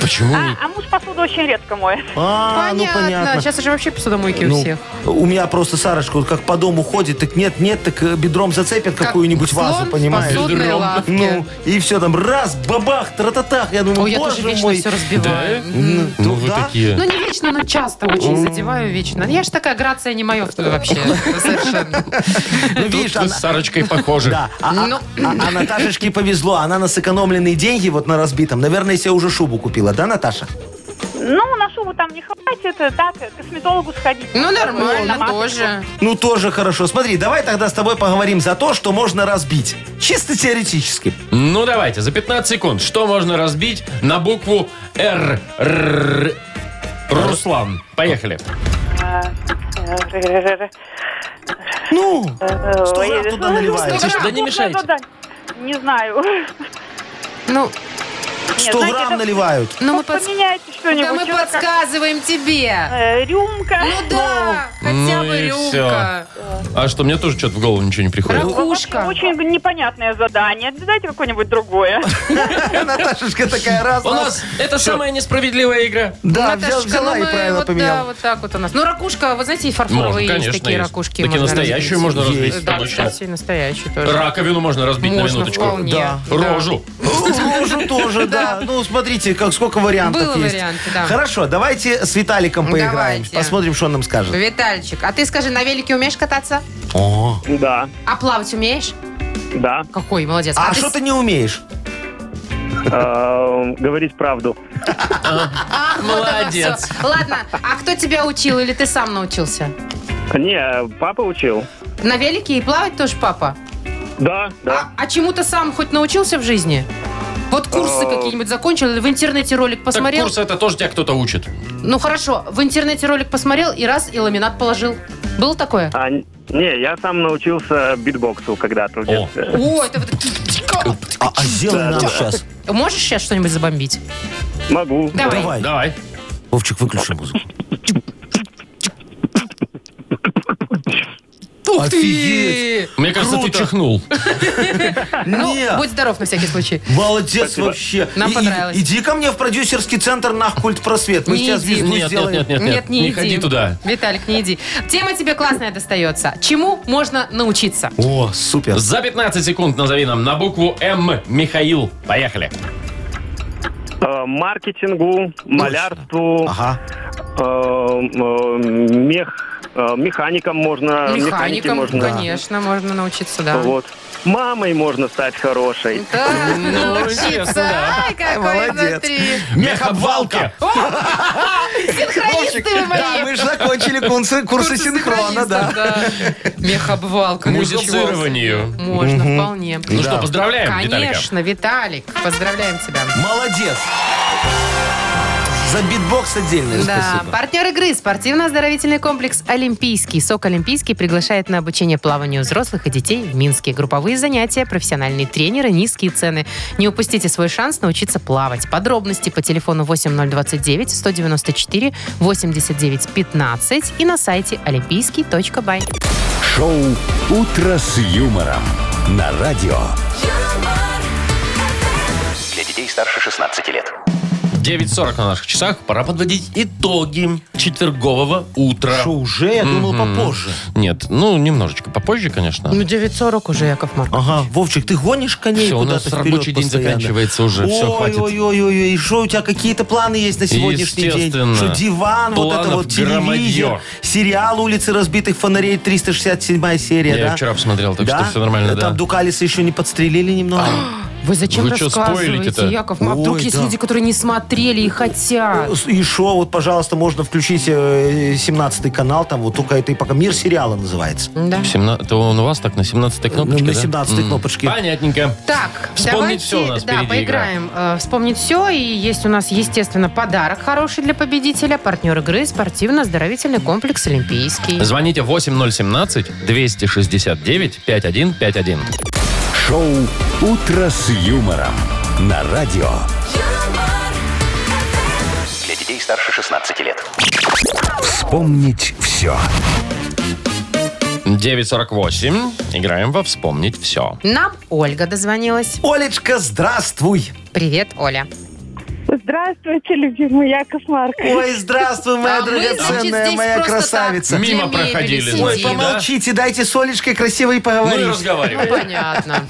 Почему? А, а муж посуду очень редко моет. А, ну понятно. Сейчас же вообще посудомойки у Ну, всех. у меня просто Сарочка вот как по дому ходит, так нет, нет, так э, бедром зацепят Как какую-нибудь слон вазу, в понимаешь? посудной Бедром. лавке. Ну, и все там, раз, бабах, тра-та-тах. Я думаю, Ой, я тоже ну, боже вечно мой. все разбиваю. Ну, Ну, вы да. Ну, такие... не вечно, но часто очень задеваю вечно. Я же такая грация не мое вообще совершенно. Ну, Тут видишь, вы она, с Сарочкой похожи. [laughs] да, а, а- Ну. а- а Наташечке повезло, она на сэкономленные деньги, вот на разбитом, наверное, себе уже шубу купила, да, Наташа? Ну, на шубу там не хватит. Так, к косметологу сходить. Ну, нормально Маску. тоже. Ну, тоже хорошо. Смотри, давай тогда с тобой поговорим за то, что можно разбить. Чисто теоретически. Ну, давайте, за 15 секунд. Что можно разбить на букву Р? Р- Руслан. Поехали. Ну, Сто грамм туда наливаете? Слушай, да не мешайте. Не знаю. Ну, 100 знаете, грамм это- наливают. [laughs] ну мы Вот подс- поменяйте Да мы что-нибудь. чё-то как, подсказываем тебе. э, Рюмка. Ну да, хотя Ну бы и рюмка. А что, мне тоже что-то в голову ничего не приходит. Ракушка. Вообще, Ну, Очень непонятное задание. Дайте какое-нибудь другое. Наташечка такая раз. У раз. нас это самая несправедливая игра. Да, взял- Наташечка, взяла ну и мы правильно вот, Да, поменяла. вот так вот у нас. Ну, ракушка, вы знаете, и фарфоровые Можно, есть конечно, такие есть. ракушки. Так и можно настоящую можно разбить, Да, точно. кстати, и настоящую тоже. Раковину можно разбить на Можно, минуточку. вполне. Да. Рожу. Рожу Ну, тоже, да. Ну, смотрите, как, сколько вариантов Было есть. варианты, да. Ну, Хорошо, давайте с Виталиком поиграем. Давайте. Посмотрим, что он нам скажет. Витальчик, а ты скажи, на велике умеешь кататься? О. Да, А плавать умеешь? да. Какой молодец. А ты что ты не умеешь? Э, Говорить правду. Ах, [laughs] вот оно Молодец. всё. Ладно, а кто тебя учил или ты сам научился? Не, папа учил. На велике и плавать тоже папа? Да, А, а чему ты сам хоть научился в жизни? Вот курсы Э, какие-нибудь закончил или в интернете ролик Так посмотрел? курс это тоже тебя кто-то учит. Ну хорошо, в интернете ролик посмотрел и раз, и ламинат положил. Было такое? А, не, я сам научился битбоксу когда-то в детстве. О, это вот... А, а сделай нам сейчас. Можешь сейчас что-нибудь забомбить? Могу. Давай. Давай. Давай. Вовчик, выключи музыку. Ух Офигеть. Мне кажется, ты Круто. чихнул. Ну, Не, будь здоров на всякий случай. молодец вообще. Нам И- и- понравилось. Иди ко мне в продюсерский центр на культ просвет. Мы Не сейчас иди. звезду Нет, нет, сделаем. нет, нет, нет. не, Не иди. ходи туда. Виталик, не иди. Тема тебе классная достается. Чему можно научиться? О, супер. За 15 секунд назови нам на букву М. Михаил. Поехали. Э, Маркетингу, малярству, Ага. э, э, мех, э, механикам можно, механике Механиком, А, можно. конечно, можно научиться, да. Вот. Мамой можно стать хорошей. Да, ну, интересно, научиться. да. Ай, какой Молодец. внутри. Мехобвалка. Синхронисты вы Да, мои. мы же закончили курсы, курсы синхрона, да. Мехобвалка. К ну чего? музицированию. Можно, вполне. Ну что, поздравляем, Виталика. Конечно, Виталик, поздравляем тебя. Молодец. За битбокс отдельное Да, спасибо. партнер игры спортивно-оздоровительный комплекс «Олимпийский». СОК «Олимпийский» приглашает на обучение плаванию взрослых и детей в Минске. Групповые занятия, профессиональные тренеры, низкие цены. Не упустите свой шанс научиться плавать. Подробности по телефону 8029 194 89 15 и на сайте олимпийский.бай. Шоу «Утро с юмором». На радио. Для детей старше 16 лет. 9.40 на наших часах. Пора подводить итоги четвергового утра. Что, уже? Я думал, попозже. Нет, ну, немножечко попозже, конечно. Ну, 9.40 уже, Яков Марк. Ага, Вовчик, ты гонишь коней Всё, у куда-то нас вперед рабочий день постоянно. заканчивается уже, всё, Ой, хватит. Ой, ой, ой, ой, и что у тебя какие-то планы есть на сегодняшний день? Естественно. Что диван, вот это Планов вот телевизор, громадье. сериал «Улицы разбитых фонарей», 367 серия, Я да? вчера посмотрел, так Да? что все нормально, да. Там Дукалиса еще не подстрелили немного. [gasps] Вы зачем Вы чё, рассказываете, спойлите-то? Яков Марк? Ой, Вдруг есть да. люди, которые не смотрели и хотят. С- И шо, вот, пожалуйста, можно включить э, 17 канал, там вот только это и пока «Мир сериала» называется. Да. Семна- Это он у вас так на 17 кнопочке, Ну, на да? 17 М. кнопочке. Понятненько. Так, Вспомнить давайте, всё у нас да, впереди поиграем. э, Вспомнить все. И есть у нас, естественно, подарок хороший для победителя. Партнер игры спортивно-оздоровительный комплекс Олимпийский. Звоните 8017-269-5151. Шоу «Утро с юмором» на радио. Для детей старше 16 лет. Вспомнить все. 948. Играем во «Вспомнить все». Нам Ольга дозвонилась. Олечка, здравствуй! Привет, Оля. Здравствуйте, любимый Яков Маркович. Ой, здравствуй, моя А мы, значит, драгоценная, здесь моя просто так. красавица. Мимо Для мебели проходили. сидим. Ой, значит, да? помолчите, дайте с Олечкой красиво и Ну и поговорить. Ну, разговаривай. понятно.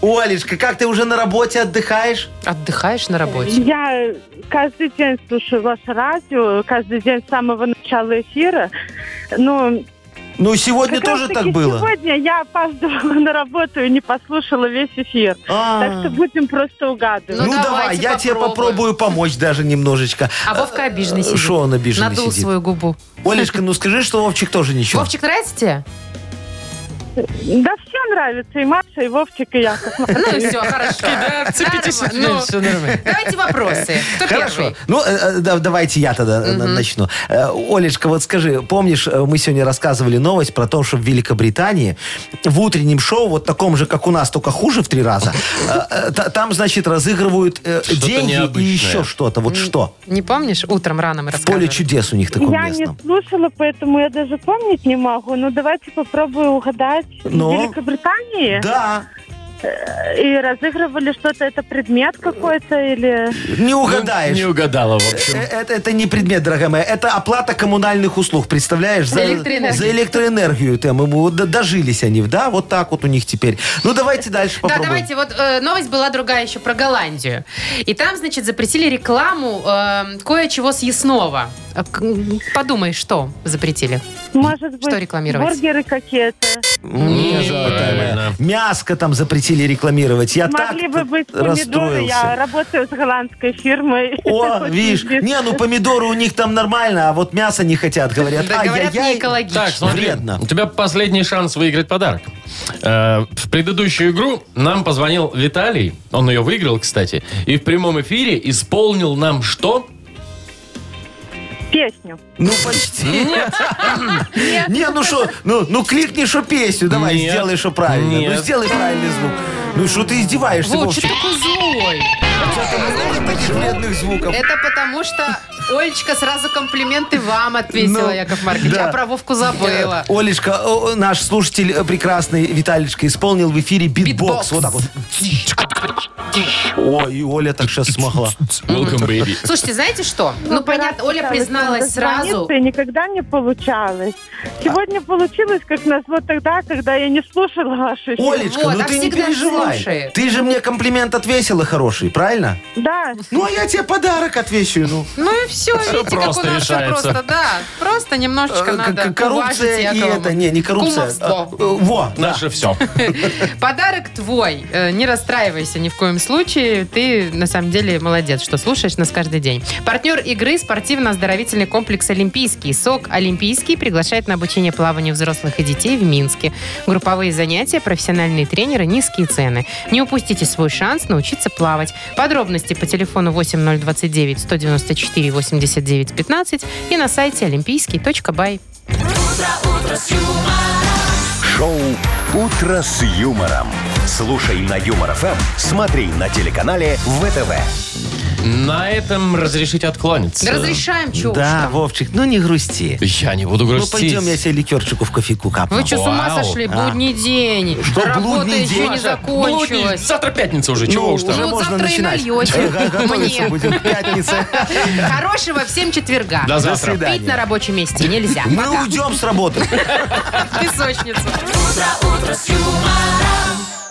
Олечка, как ты уже на работе отдыхаешь? Отдыхаешь на работе? Я каждый день слушаю ваше радио, каждый день с самого начала эфира. Но Ну, сегодня как тоже раз-таки так было. сегодня я опаздывала [laughs] на работу и не послушала весь эфир. А. Так что будем просто угадывать. Ну, Ну, давай, давайте я тебе попробую попробуем. помочь даже немножечко. А Вовка обиженный сидит. Что он обиженный Надул сидит? свою губу. Олечка, ну скажи, что Вовчик тоже ничего. Вовчик, нравится тебе? Да все нравится, и Маша, и Вовчик, и Яков. Ну и все, хорошо. Да, Всё нормально. Давайте вопросы. Кто Хорошо. первый? Ну, э, э, да, давайте я тогда э, на- начну. Э, Олечка, вот скажи, помнишь, э, мы сегодня рассказывали новость про то, что в Великобритании в утреннем шоу, вот таком же, как у нас, только хуже в три раза, э, э, та- там, значит, разыгрывают э, Что-то деньги и необычное. еще что-то. Вот что? Не помнишь? Утром рано мы Поле рассказывали. чудес у них таком Я не местном. слушала, поэтому я даже помнить не могу. Ну, давайте попробую угадать. Ну? В Великобритании Да, и разыгрывали что-то, это предмет какой-то или... не угадаешь. Ну, Не угадала, в Э, общем. Это, это не предмет, дорогая моя. Это оплата коммунальных услуг, представляешь? За, Электроэнергию. за электроэнергию. Там, ему вот д- дожились они, да? Вот так вот у них теперь. Ну, давайте дальше Да, попробуем. давайте, вот э, новость была другая еще про Голландию. И там, значит, запретили рекламу э, кое-чего съестного. А к- м, Подумай, что запретили. Может быть, Что рекламировать? бургеры какие-то. Не, золотая моя. Правильно. Мяско там запретили рекламировать. Я Могли А так бы быть помидоры. Я расстроился. работаю с голландской фирмой. [laughs] О, Очень видишь, люблю. не, ну помидоры у них там нормально, а вот мясо не хотят, говорят. Да, говорят, не Ай-яй-яй. экологично. Так, смотри, Вредно. у тебя последний шанс выиграть подарок. Э, В предыдущую игру нам позвонил Виталий, он ее выиграл, кстати, и в прямом эфире исполнил нам что? Песню. Ну почти. [laughs] Не, ну что, ну, ну кликни шо песню, давай, Нет. сделай шо правильно. Нет. Ну сделай правильный звук. Ну что ты издеваешься, Во, что Вовчик? ты такой злой? У тебя там много таких вредных звуков. Это потому, что Олечка сразу комплименты вам ответила, Ну, Яков Маркович, да. а про Вовку забыла. Олечка, о, наш слушатель э, прекрасный Виталичка исполнил в эфире битбокс. Битбокс. Вот так вот. Ой, и Оля так сейчас смогла. Welcome, baby. Слушайте, знаете что? Ну, понятно, Оля Пыталась призналась дозвониться, сразу. А. И никогда не получалось. Сегодня получилось, как назло тогда, когда я не слушала ваши эфиры. Олечка, Вот, ну а ты не всегда переживай. слушает. Ты же мне комплимент отвесила хороший, правильно? Да. Ну, а я тебе подарок отвечу. Ну. Ну и все, видите, просто как у нас всё решается. просто, да. Просто немножечко Э, надо к- коррупция уважить и Якова. это, не, не коррупция. Кумовство. а, э, Во, [laughs] да. Наше все. Подарок твой. Э, Не расстраивайся ни в коем случае. Ты на самом деле молодец, что слушаешь нас каждый день. Партнер игры спортивно-оздоровительный комплекс «Олимпийский». СОК «Олимпийский» приглашает на обучение плаванию взрослых и детей в Минске. Групповые занятия, профессиональные тренеры, низкие цены. Не упустите свой шанс научиться плавать. Подробности по телефону 8029 194 89 15 и на сайте олимпийский.бай. Шоу «Утро с юмором». Слушай на Юмор ФМ, смотри на телеканале ВТВ. На этом разрешить откланяться. Да разрешаем, чего уж Да, там. Вовчик, ну не грусти. Я не буду Ну грустить. пойдем, я себе ликерчику в кофейку капну. Вы что, с ума Вау. сошли? Будний день. Что Работа блудный еще день? не Маша, блудни, закончилась. Ну, Завтра пятница уже, чего Ну, уж там. уже Ну, можно завтра и начинать. нальете. Г- Готовиться Мне. будем [laughs] к пятнице. Хорошего всем четверга. До завтра. свидания. Пить на рабочем месте нельзя. Мы Пока. уйдем с работы. В Песочницу. утро с юмором.